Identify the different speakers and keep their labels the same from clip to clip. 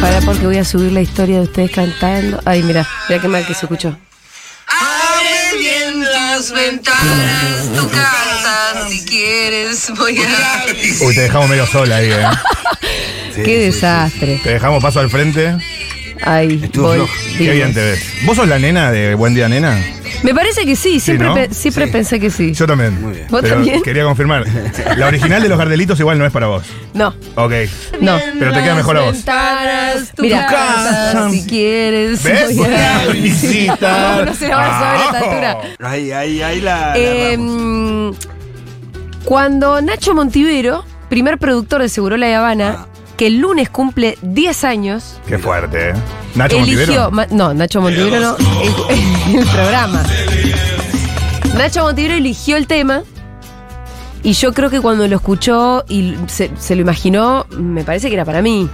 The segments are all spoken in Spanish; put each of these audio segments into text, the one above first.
Speaker 1: Para porque voy a subir la historia de ustedes cantando. Ay, mira, mira qué mal que se escuchó.
Speaker 2: Abre bien las ventanas, tú cantas si quieres, voy a abrir.
Speaker 3: Uy, te dejamos medio sola ahí, ¿eh?
Speaker 1: qué desastre.
Speaker 3: Te dejamos paso al frente.
Speaker 1: Ay,
Speaker 4: Estuvo
Speaker 1: voy.
Speaker 4: flojo.
Speaker 3: Qué
Speaker 1: dimos.
Speaker 3: bien te ves. ¿Vos sos la nena de Buen Día Nena?
Speaker 1: Me parece que sí, siempre,
Speaker 3: ¿no?
Speaker 1: pe- siempre
Speaker 4: Sí.
Speaker 1: pensé que sí.
Speaker 3: Yo también.
Speaker 4: Muy bien.
Speaker 1: ¿Vos
Speaker 3: Pero
Speaker 1: también?
Speaker 3: Quería confirmar. La original de los Gardelitos igual no es para vos.
Speaker 1: No,
Speaker 3: Ok.
Speaker 1: no.
Speaker 3: Pero te queda mejor a vos.
Speaker 2: Ventanas, tú
Speaker 1: Mira,
Speaker 3: casa.
Speaker 2: cantas
Speaker 1: si quieres,
Speaker 3: ¿Ves?
Speaker 1: voy a
Speaker 3: Voy a visitar.
Speaker 1: No se la van a saber a esta
Speaker 3: Ah.
Speaker 1: altura.
Speaker 4: Ahí, ahí, ahí la. la
Speaker 1: Eh,
Speaker 4: erramos.
Speaker 1: cuando Nacho Montivero, primer productor de Seguro La
Speaker 3: Ah.
Speaker 1: Habana, que el lunes cumple 10 años,
Speaker 3: Qué fuerte, ¿eh? Nacho
Speaker 1: eligió.
Speaker 3: Montivero.
Speaker 1: ma- no, Nacho Montivero no, el, el programa. Nacho Montivero eligió el tema. Y yo creo que cuando lo escuchó y se, se lo imaginó, me parece que era para mí.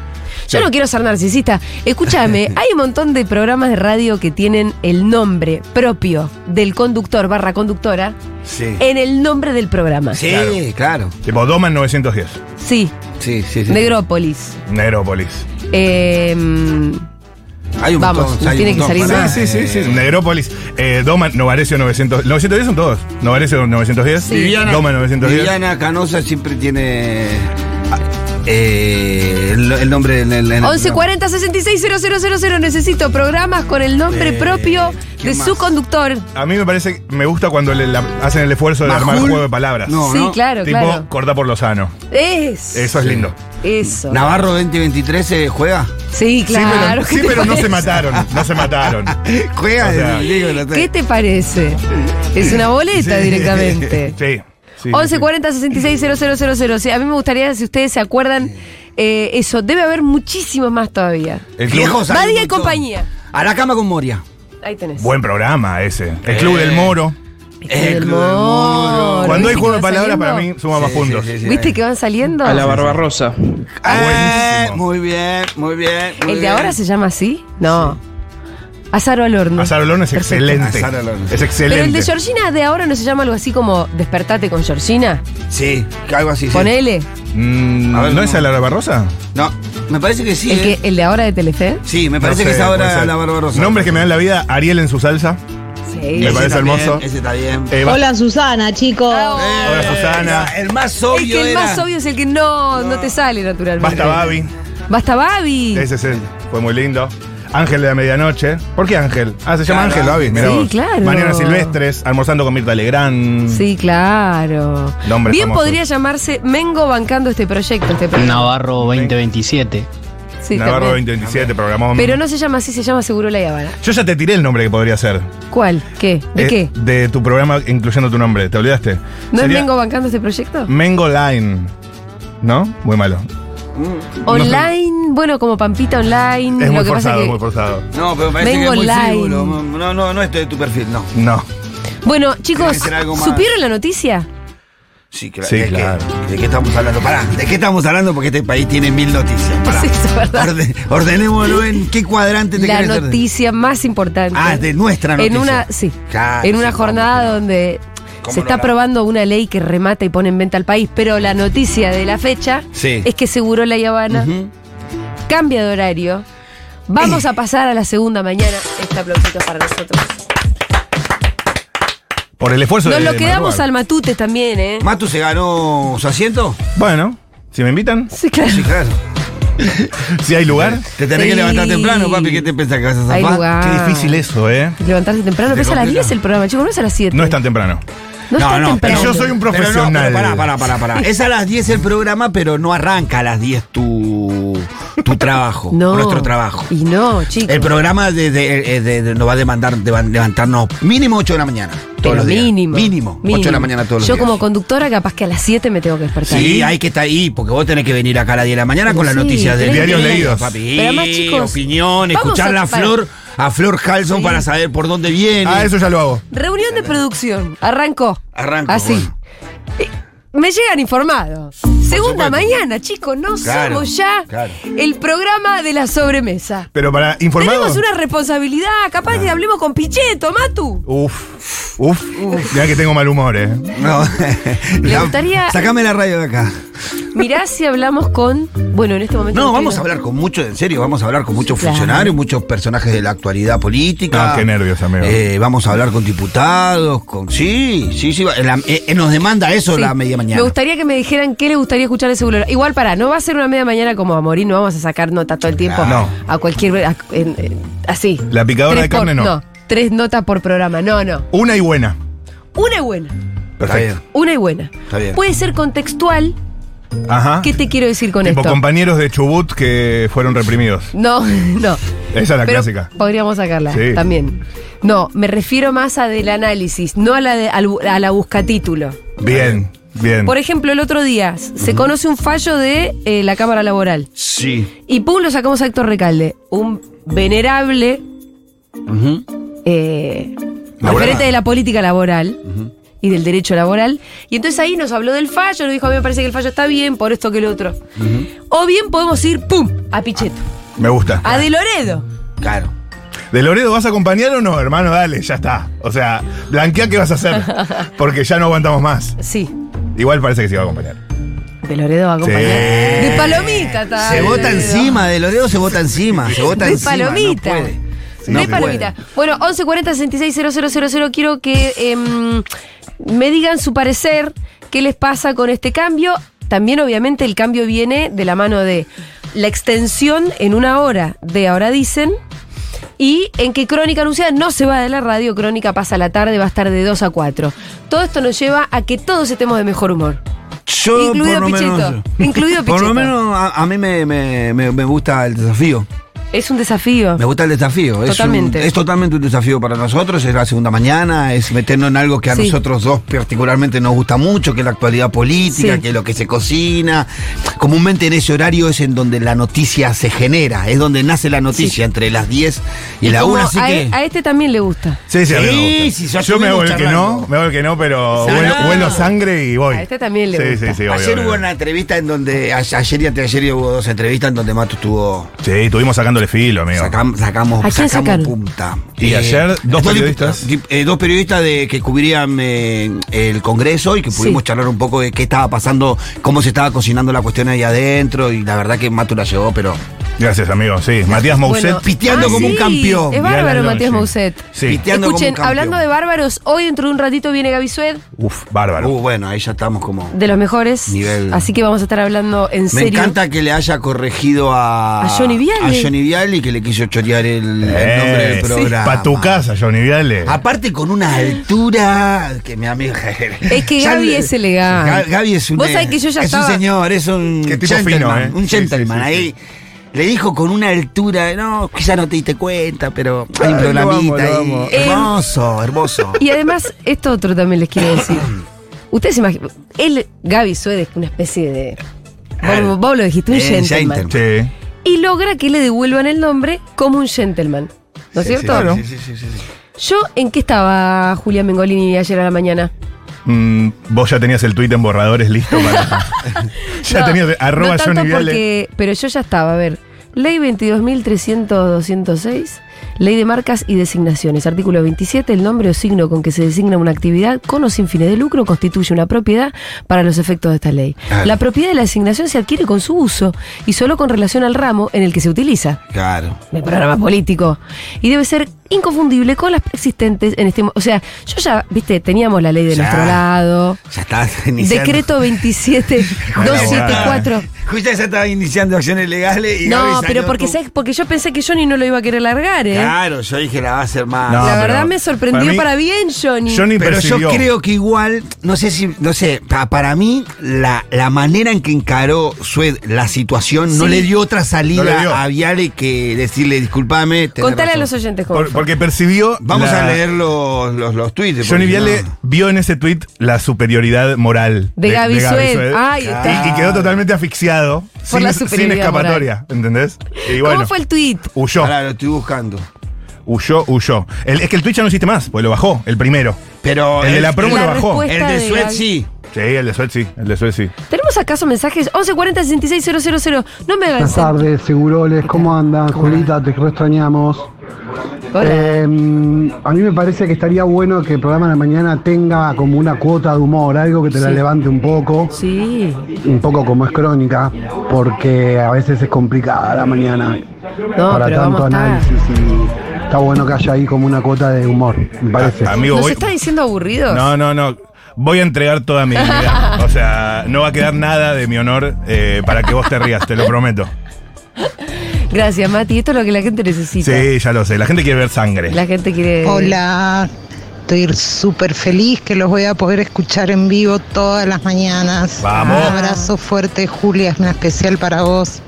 Speaker 1: Yo
Speaker 3: Sí.
Speaker 1: no quiero ser narcisista. Escúchame, hay un montón de programas de radio que tienen el nombre propio del conductor barra conductora
Speaker 4: Sí.
Speaker 1: en el nombre del programa. Sí.
Speaker 4: Sí, claro.
Speaker 3: Tipo Doman 910.
Speaker 4: Sí, sí, sí.
Speaker 1: Negrópolis.
Speaker 3: Negrópolis.
Speaker 1: Eh,
Speaker 4: Hay un
Speaker 1: Vamos,
Speaker 4: montón,
Speaker 1: no
Speaker 4: hay
Speaker 1: tiene
Speaker 4: un
Speaker 1: que
Speaker 4: montón.
Speaker 1: salir
Speaker 4: Pará,
Speaker 1: nada.
Speaker 3: Sí, sí, sí.
Speaker 4: eh,
Speaker 3: Negrópolis. Eh, Doman, Novarecio 900. ¿910 son todos? Novarecio 910.
Speaker 1: Sí. Viviana.
Speaker 3: Doman 910.
Speaker 4: Viviana Canosa siempre tiene eh, el, el nombre en el. en el
Speaker 1: 1140 000 Necesito programas con el nombre
Speaker 4: Eh,
Speaker 1: propio
Speaker 4: ¿qué
Speaker 1: de
Speaker 4: más?
Speaker 1: su conductor.
Speaker 3: A mí me parece, me gusta cuando le- la- hacen el esfuerzo de
Speaker 4: ¿Majul?
Speaker 3: armar juego de palabras.
Speaker 4: No,
Speaker 1: sí,
Speaker 4: no.
Speaker 1: claro,
Speaker 3: tipo,
Speaker 1: claro.
Speaker 3: corta por Lozano.
Speaker 1: Es.
Speaker 3: Eso es lindo.
Speaker 1: Eso.
Speaker 4: Navarro 2023 se juega.
Speaker 1: Sí, claro.
Speaker 3: sí, pero, sí,
Speaker 1: ¿Qué te
Speaker 3: pero no se
Speaker 1: parece?
Speaker 3: mataron. No se mataron.
Speaker 4: Juega,
Speaker 3: O sea,
Speaker 4: digo, no sé.
Speaker 1: ¿Qué te parece? Es una boleta
Speaker 4: Sí.
Speaker 1: directamente.
Speaker 3: Sí. sí, sí,
Speaker 1: 1140 000 Sí, a mí me gustaría, si ustedes se acuerdan, eh, eso. Debe haber muchísimos más todavía.
Speaker 3: sí. El club-
Speaker 4: Viejos, hay
Speaker 1: Badia
Speaker 4: un
Speaker 1: y
Speaker 4: montón.
Speaker 1: compañía.
Speaker 4: A la cama con Moria.
Speaker 1: Ahí tenés.
Speaker 3: Buen programa ese. El Club del Moro.
Speaker 1: El
Speaker 4: Eh, Club del Moro.
Speaker 1: Moro.
Speaker 3: Cuando hay
Speaker 1: ¿Viste
Speaker 3: juego
Speaker 1: que
Speaker 3: de
Speaker 1: van
Speaker 3: palabras, para mí
Speaker 1: saliendo?
Speaker 3: suma más
Speaker 4: Sí,
Speaker 3: puntos.
Speaker 4: sí, sí, sí.
Speaker 1: ¿Viste que van saliendo?
Speaker 5: A la Barbarosa.
Speaker 4: Eh,
Speaker 3: Ah, buenísimo.
Speaker 4: muy bien, muy bien. muy
Speaker 1: ¿El de
Speaker 4: bien.
Speaker 1: ahora se llama así? No. Azaro al horno.
Speaker 3: Azar Olón es
Speaker 1: Perfecto.
Speaker 3: excelente.
Speaker 4: Azar Olón.
Speaker 3: Es excelente.
Speaker 1: Pero el de Georgina de ahora no se llama algo así como despertate con Georgina.
Speaker 4: Sí, algo así. sí.
Speaker 1: Ponele.
Speaker 3: Mm,
Speaker 4: A ver,
Speaker 3: ¿No
Speaker 4: no.
Speaker 3: es a la Barbarosa?
Speaker 4: No, me parece que sí.
Speaker 1: El,
Speaker 4: eh.
Speaker 1: que, el de ahora de Telefe.
Speaker 4: Sí, me
Speaker 3: No
Speaker 4: parece
Speaker 3: sé,
Speaker 4: que es
Speaker 3: puede
Speaker 4: ahora
Speaker 3: ser.
Speaker 4: la Barbarosa.
Speaker 3: Nombres que me dan la vida. Ariel en su salsa.
Speaker 1: Sí.
Speaker 3: Me
Speaker 4: Ese
Speaker 3: parece
Speaker 4: también,
Speaker 3: hermoso.
Speaker 4: Ese está bien.
Speaker 3: Eh, va-
Speaker 6: Hola Susana, chicos.
Speaker 1: Ah,
Speaker 4: Eh,
Speaker 3: Hola, Susana.
Speaker 4: era El más
Speaker 1: Es
Speaker 4: obvio
Speaker 1: que el
Speaker 4: era.
Speaker 1: más obvio es el que no, no te sale naturalmente.
Speaker 3: Basta Babi.
Speaker 1: Basta Babi.
Speaker 3: Ese es el- Fue muy lindo. Ángel de la medianoche. ¿Por qué Ángel? Ah, se llama Ángel,
Speaker 4: Claro.
Speaker 3: Babi. mirá
Speaker 1: Sí,
Speaker 3: vos.
Speaker 1: claro.
Speaker 3: Mariana Silvestres, almorzando con Mirta Legrand.
Speaker 1: Sí, claro.
Speaker 3: Nombres
Speaker 1: Bien
Speaker 3: famosos.
Speaker 1: podría llamarse Mengo bancando este proyecto, este proyecto.
Speaker 7: Navarro 2027.
Speaker 1: Sí,
Speaker 3: Navarro
Speaker 1: también.
Speaker 3: 2027, programamos.
Speaker 1: Pero no se llama así, se llama Seguro La Habana.
Speaker 3: Yo ya te tiré el nombre que podría ser.
Speaker 1: ¿Cuál? ¿Qué? ¿De
Speaker 3: Eh,
Speaker 1: qué?
Speaker 3: De tu programa, incluyendo tu nombre. ¿Te olvidaste?
Speaker 1: ¿No
Speaker 3: Sería
Speaker 1: es Mengo bancando este proyecto?
Speaker 3: Mengo Line. ¿No? Muy malo.
Speaker 1: Online, bueno, como Pampita Online.
Speaker 3: Es
Speaker 1: Mm, lo
Speaker 3: muy
Speaker 1: que
Speaker 3: forzado,
Speaker 1: pasa que,
Speaker 3: muy forzado.
Speaker 4: No, pero me parece
Speaker 1: Vengo
Speaker 4: que es muy
Speaker 1: online.
Speaker 4: frívolo. No, no, no es de tu perfil, no.
Speaker 3: No.
Speaker 1: Bueno, chicos,
Speaker 4: que ser algo más.
Speaker 1: ¿supieron la noticia?
Speaker 4: Sí, claro.
Speaker 3: Sí,
Speaker 4: ¿De, qué-
Speaker 3: claro.
Speaker 4: ¿De qué estamos hablando? Pará, ¿de qué estamos hablando? Porque este país tiene mil noticias. Pará.
Speaker 1: Sí, es verdad.
Speaker 4: Orde- ordenémoslo en qué cuadrante te
Speaker 1: La
Speaker 4: querés ordenar.
Speaker 1: noticia más importante.
Speaker 4: Ah, de nuestra noticia.
Speaker 1: En una, sí,
Speaker 4: Claro,
Speaker 1: en una
Speaker 4: sí,
Speaker 1: jornada
Speaker 4: vamos,
Speaker 1: donde
Speaker 4: ¿Cómo
Speaker 1: se
Speaker 4: no
Speaker 1: está
Speaker 4: la-
Speaker 1: aprobando una ley que remata y pone en venta al país, pero la noticia de la fecha
Speaker 4: Sí.
Speaker 1: es que Seguro La Habana
Speaker 4: Ujú.
Speaker 1: cambia de horario. Vamos a pasar a la segunda mañana. Este aplausito es para nosotros.
Speaker 3: Por el esfuerzo
Speaker 1: Nos
Speaker 3: de
Speaker 1: lo quedamos
Speaker 3: madrugar.
Speaker 1: al matute también, ¿eh?
Speaker 4: ¿Matu se ganó su asiento?
Speaker 3: Bueno, si me invitan,
Speaker 1: Sí, claro.
Speaker 4: Sí, claro.
Speaker 3: si hay lugar.
Speaker 4: Te tenés
Speaker 1: Sí.
Speaker 4: que levantar temprano, papi. ¿Qué te pensás que vas a
Speaker 1: Hay
Speaker 4: zafar?
Speaker 1: lugar.
Speaker 3: Qué difícil eso, ¿eh?
Speaker 1: Levantarse temprano,
Speaker 4: Se
Speaker 1: que es a las
Speaker 4: complica.
Speaker 1: 10 el programa, chicos, no es a las 7.
Speaker 3: No es tan temprano.
Speaker 1: No es
Speaker 4: No,
Speaker 1: tan
Speaker 4: no,
Speaker 1: temprano.
Speaker 3: pero yo soy un
Speaker 4: Pero no,
Speaker 3: profesional.
Speaker 4: pero pará, pará, pará, pará. Es a las 10 el programa, pero no arranca a las 10 tu, tu trabajo,
Speaker 1: No.
Speaker 4: nuestro trabajo.
Speaker 1: Y no, chicos.
Speaker 4: El programa de, de- eh, de- de- nos va a demandar de van- levantarnos mínimo 8 de la mañana. Todos
Speaker 1: Pero
Speaker 4: los días.
Speaker 1: Mínimo.
Speaker 4: Mínimo. 8 de la mañana todos los
Speaker 1: Yo
Speaker 4: días.
Speaker 1: como conductora capaz que a las 7 me tengo que despertar.
Speaker 4: Sí, hay que estar ahí, porque vos tenés que venir acá a las 10 de la mañana con
Speaker 1: Pero
Speaker 4: las
Speaker 1: sí,
Speaker 4: noticias del
Speaker 1: tenés
Speaker 3: Diarios que- leídos.
Speaker 4: papi.
Speaker 1: Pero además, chicos,
Speaker 4: opinión,
Speaker 1: vamos
Speaker 4: escuchar
Speaker 1: a-
Speaker 4: a la
Speaker 1: para.
Speaker 4: flor, a Flor Halson para saber por dónde viene.
Speaker 3: Ah, eso ya lo hago.
Speaker 1: Reunión de producción. Arrancó.
Speaker 4: Arranco,
Speaker 1: Así.
Speaker 4: bueno.
Speaker 1: Eh, Me llegan informados. Segunda mañana, chicos, no
Speaker 4: Claro,
Speaker 1: somos ya
Speaker 4: claro.
Speaker 1: el programa de la sobremesa.
Speaker 3: Pero para informado.
Speaker 1: Tenemos una responsabilidad, capaz que hablemos con Pichetto, Matu.
Speaker 3: Uf, uf, Mirá que tengo mal humor, ¿eh?
Speaker 4: No.
Speaker 1: Le
Speaker 4: La-
Speaker 1: gustaría-
Speaker 4: Sacame la radio de acá.
Speaker 1: Mirá si hablamos con. Bueno, en este momento.
Speaker 4: No,
Speaker 1: estoy
Speaker 4: vamos a
Speaker 1: viendo-
Speaker 4: hablar con muchos, en serio, vamos a hablar con muchos
Speaker 1: Claro.
Speaker 4: funcionarios, muchos personajes de la actualidad política.
Speaker 3: No, qué nervios, amigo.
Speaker 4: Eh, vamos a hablar con diputados, con. Sí, sí, sí. va- la- eh, eh, nos demanda eso
Speaker 1: Sí.
Speaker 4: la media mañana.
Speaker 1: Me gustaría que me dijeran qué le gustaría escuchar ese celular. Igual para, no va a ser una media mañana como a morir, no vamos a sacar nota todo el tiempo.
Speaker 3: Claro.
Speaker 1: A cualquier. a- en- en- así.
Speaker 3: La picadora
Speaker 1: Tres
Speaker 3: de carne,
Speaker 1: por-
Speaker 3: no.
Speaker 1: Tres notas por programa. No, no.
Speaker 3: Una y buena.
Speaker 1: Una y buena.
Speaker 4: Está bien.
Speaker 1: Una y buena.
Speaker 4: Está bien.
Speaker 1: Puede ser contextual.
Speaker 3: Ajá.
Speaker 1: ¿Qué te quiero decir con
Speaker 3: tipo
Speaker 1: esto?
Speaker 3: compañeros de Chubut que fueron reprimidos.
Speaker 1: No, no.
Speaker 3: Esa es la
Speaker 1: Pero
Speaker 3: clásica.
Speaker 1: Podríamos sacarla
Speaker 3: Sí.
Speaker 1: también. No, me refiero más a del análisis, no a la, de, al bu- a la buscatítulo.
Speaker 3: Bien, bien.
Speaker 1: Por ejemplo, el otro día se conoce un fallo de eh, la Cámara Laboral.
Speaker 4: Sí.
Speaker 1: Y pum, lo sacamos a Héctor Recalde, un venerable
Speaker 4: Ujú.
Speaker 1: eh,
Speaker 3: Laboral.
Speaker 1: referente de la política laboral y del derecho laboral. Y entonces ahí nos habló del fallo, nos dijo, a mí me parece que el fallo está bien, por esto que el otro. O bien podemos ir, pum, a Pichetto,
Speaker 3: Me gusta.
Speaker 1: a De Loredo.
Speaker 4: Claro.
Speaker 3: ¿De Loredo vas a acompañar o no, hermano? Dale, ya está. O sea, blanquea qué vas a hacer. Porque ya no aguantamos más.
Speaker 1: Sí,
Speaker 3: Igual parece que sí va a acompañar.
Speaker 1: De Loredo va a acompañar.
Speaker 3: Sí.
Speaker 1: De Palomita, tal.
Speaker 4: Eh, Se vota
Speaker 1: De Loredo.
Speaker 4: encima, de los dedos se vota encima. Se vota
Speaker 1: De
Speaker 4: encima.
Speaker 1: palomita.
Speaker 4: No puede.
Speaker 1: De
Speaker 4: No puede.
Speaker 1: palomita. Bueno, 1140 660000 quiero que em, me digan su parecer, qué les pasa con este cambio. También, obviamente, el cambio viene de la mano de la extensión en una hora de Ahora Dicen. Y en que Crónica Anunciada no se va de la radio, Crónica pasa la tarde, va a estar de 2 a 4. Todo esto nos lleva a que todos estemos de mejor humor.
Speaker 4: Yo,
Speaker 1: Incluido
Speaker 4: por lo menos,
Speaker 1: Pichetto. Incluido
Speaker 4: Por
Speaker 1: Pichetto.
Speaker 4: lo menos a, a mí me, me- me- me gusta el desafío.
Speaker 1: Es un desafío.
Speaker 4: Me gusta el desafío. Es un-
Speaker 1: Totalmente.
Speaker 4: Es, totalmente un desafío para nosotros. Es la segunda mañana, es meternos en algo que a
Speaker 1: Sí.
Speaker 4: nosotros dos particularmente nos gusta mucho, que es la actualidad política,
Speaker 1: Sí.
Speaker 4: que es lo que se cocina. Comúnmente en ese horario es en donde la noticia se genera, es donde nace la noticia, entre las 10 y, la
Speaker 1: como
Speaker 4: 1. Así
Speaker 1: a,
Speaker 4: que.
Speaker 1: a este también le gusta.
Speaker 3: Sí, sí, a mí me
Speaker 4: Sí,
Speaker 3: gusta.
Speaker 4: sí, ya
Speaker 3: Yo me hago
Speaker 4: estuvimos
Speaker 3: el que
Speaker 4: charlando.
Speaker 3: no, me hago el que no, pero
Speaker 4: Sará.
Speaker 3: huelo, huelo sangre y voy.
Speaker 1: A este también le
Speaker 3: sí,
Speaker 1: gusta.
Speaker 3: Sí, sí, obvio,
Speaker 4: Ayer
Speaker 3: obvio.
Speaker 4: hubo una entrevista en donde, a- ayer y anteayer hubo dos entrevistas en donde Mato estuvo
Speaker 3: Sí, estuvimos sacándole filo, amigo.
Speaker 4: Sacam- sacamos
Speaker 1: ¿A quién
Speaker 4: sacamos
Speaker 1: sacaron?
Speaker 4: punta. Eh,
Speaker 3: Y ayer, dos periodistas.
Speaker 4: dip- eh, dos periodistas de, que cubrían eh, el Congreso y que pudimos
Speaker 1: Sí.
Speaker 4: charlar un poco de qué estaba pasando, cómo se estaba cocinando la cuestión ahí adentro. Y la verdad que Matu la llevó, pero
Speaker 3: Gracias, amigo. Sí, Matías Mousset.
Speaker 1: Bueno, ah,
Speaker 4: piteando como un campeón.
Speaker 1: Es
Speaker 3: Mirá la
Speaker 1: bárbaro
Speaker 3: noche.
Speaker 1: Matías Mousset.
Speaker 3: Sí.
Speaker 4: Piteando como un
Speaker 1: Escuchen,
Speaker 4: campeón.
Speaker 1: hablando de bárbaros, hoy dentro de un ratito viene Gaby Sued,
Speaker 3: Uf, bárbaro.
Speaker 4: uh, bueno, ahí ya estamos como.
Speaker 1: de los mejores.
Speaker 4: Nivel.
Speaker 1: Así que vamos a estar hablando en
Speaker 4: Me
Speaker 1: serio.
Speaker 4: encanta que le haya corregido a,
Speaker 1: A Johnny Viale.
Speaker 4: a Johnny Viale y que le quiso chorear el, el
Speaker 3: Eh,
Speaker 4: nombre del
Speaker 3: sí.
Speaker 4: programa.
Speaker 3: Pa' tu casa, Johnny Viale.
Speaker 1: Ah,
Speaker 4: Aparte con una altura que mi amiga.
Speaker 1: Es que
Speaker 4: Ya
Speaker 1: Gaby
Speaker 4: le-
Speaker 1: es elegante.
Speaker 4: Ga- Gaby es un.
Speaker 1: Vos sabés que yo ya
Speaker 4: es
Speaker 1: estaba-
Speaker 4: un señor, es un
Speaker 3: Qué tipo
Speaker 4: gentleman,
Speaker 3: fino, ¿eh?
Speaker 4: un
Speaker 3: Sí,
Speaker 4: gentleman.
Speaker 3: sí, sí,
Speaker 4: ahí le dijo con una altura, no, quizás no te diste cuenta, pero hay un
Speaker 3: Ay, lo amo,
Speaker 4: programita
Speaker 3: lo
Speaker 4: ahí.
Speaker 3: amo.
Speaker 1: Eh,
Speaker 4: Hermoso, hermoso.
Speaker 1: Y además, esto otro también les quiero decir. Ustedes se imaginan. Él, Gaby Sued, es una especie de. Vos, vos lo dijiste, un
Speaker 4: Eh,
Speaker 1: gentleman.
Speaker 4: gentleman.
Speaker 3: Sí.
Speaker 1: Y logra que le devuelvan el nombre como un gentleman. ¿No es cierto?
Speaker 3: claro.
Speaker 4: Sí, sí, sí, sí, sí.
Speaker 1: Yo, ¿en qué estaba Julián Mengolini ayer a la mañana?
Speaker 3: Mm, vos ya tenías el tuit en borradores listo para. ya
Speaker 1: No,
Speaker 3: tenías. Arroba
Speaker 1: no tanto
Speaker 3: Johnny Viale.
Speaker 1: porque- pero yo ya estaba, a ver. Ley 22.300-206, Ley de Marcas y Designaciones. Artículo 27. El nombre o signo con que se designa una actividad con o sin fines de lucro constituye una propiedad para los efectos de esta ley.
Speaker 4: Claro.
Speaker 1: La propiedad de la designación se adquiere con su uso y solo con relación al ramo en el que se utiliza
Speaker 4: Claro.
Speaker 1: del programa político. Y debe ser inconfundible con las existentes en este... mo- O sea, yo ya, viste, teníamos la ley de
Speaker 4: Ya.
Speaker 1: nuestro lado.
Speaker 4: Ya está iniciando.
Speaker 1: Decreto 27,
Speaker 4: Bueno,
Speaker 1: 274.
Speaker 4: Justo ya estaba iniciando acciones legales y Gaby
Speaker 1: No,
Speaker 4: salió
Speaker 1: pero porque,
Speaker 4: con-
Speaker 1: ¿sabes? porque yo pensé que Johnny no lo iba a querer largar, ¿eh?
Speaker 4: Claro, yo dije la va a hacer más.
Speaker 3: No,
Speaker 1: la verdad
Speaker 3: pero
Speaker 1: me sorprendió para,
Speaker 3: para mí-
Speaker 1: bien, Johnny.
Speaker 3: Johnny
Speaker 4: Pero
Speaker 3: percibió.
Speaker 4: yo creo que igual, no sé si, no sé, pa- para mí la, la manera en que encaró Sued la situación no
Speaker 1: Sí.
Speaker 4: le dio otra salida
Speaker 3: No le dio.
Speaker 4: a Viale que decirle disculpame. tenés
Speaker 1: Contale a
Speaker 4: razón".
Speaker 1: los oyentes cómo.
Speaker 3: Por-
Speaker 1: fue.
Speaker 3: porque percibió.
Speaker 4: Vamos
Speaker 3: la-
Speaker 4: a leer los, los, los tweets. porque
Speaker 3: Johnny
Speaker 4: si
Speaker 3: Viale
Speaker 4: no-
Speaker 3: vio en ese tuit la superioridad moral
Speaker 1: De Gaby Sued. Ay,
Speaker 3: Y-
Speaker 1: está.
Speaker 3: y, quedó totalmente asfixiado.
Speaker 1: Por
Speaker 3: sin,
Speaker 1: la
Speaker 3: sin
Speaker 1: superioridad
Speaker 3: escapatoria, ¿entendés? Y
Speaker 1: ¿Cómo
Speaker 3: bueno,
Speaker 1: fue el tweet?
Speaker 3: huyó,
Speaker 4: Pará, lo estoy buscando.
Speaker 3: huyó, huyó. El- es que el Twitch ya no hiciste más, pues lo bajó, el primero.
Speaker 4: Pero
Speaker 3: El de la promo
Speaker 1: la
Speaker 3: lo bajó.
Speaker 1: respuesta-
Speaker 4: el de
Speaker 1: de
Speaker 4: Sued
Speaker 1: Gaby.
Speaker 4: sí.
Speaker 3: Sí, el de Sued sí, el de Sued sí.
Speaker 1: ¿Tenemos acaso mensajes? 1140 66 000. No me hagan
Speaker 5: Buenas
Speaker 1: sen-
Speaker 5: tardes, seguroles, ¿cómo andan? Julita, te extrañamos.
Speaker 1: Hola.
Speaker 5: Eh, a mí me parece que estaría bueno que el programa de la mañana tenga como una cuota de humor, algo que te la
Speaker 1: Sí.
Speaker 5: levante un poco,
Speaker 1: Sí.
Speaker 5: un poco como es crónica, porque a veces es complicada la mañana
Speaker 1: No,
Speaker 5: para
Speaker 1: pero
Speaker 5: tanto
Speaker 1: vamos a estar.
Speaker 5: análisis y está bueno que haya ahí como una cuota de humor, me parece.
Speaker 3: A- Amigo,
Speaker 1: ¿Nos
Speaker 3: voy.
Speaker 1: está diciendo aburridos?
Speaker 3: No, no, no. Voy a entregar toda mi dignidad. O sea, no va a quedar nada de mi honor eh, para que vos te rías, te lo prometo.
Speaker 1: Gracias, Mati. Esto es lo que la gente necesita.
Speaker 3: Sí, ya lo sé. La gente quiere ver sangre.
Speaker 1: La gente quiere.
Speaker 6: Hola, estoy súper feliz que los voy a poder escuchar en vivo todas las mañanas.
Speaker 3: Vamos.
Speaker 6: Un abrazo fuerte, Julia, es una especial para vos.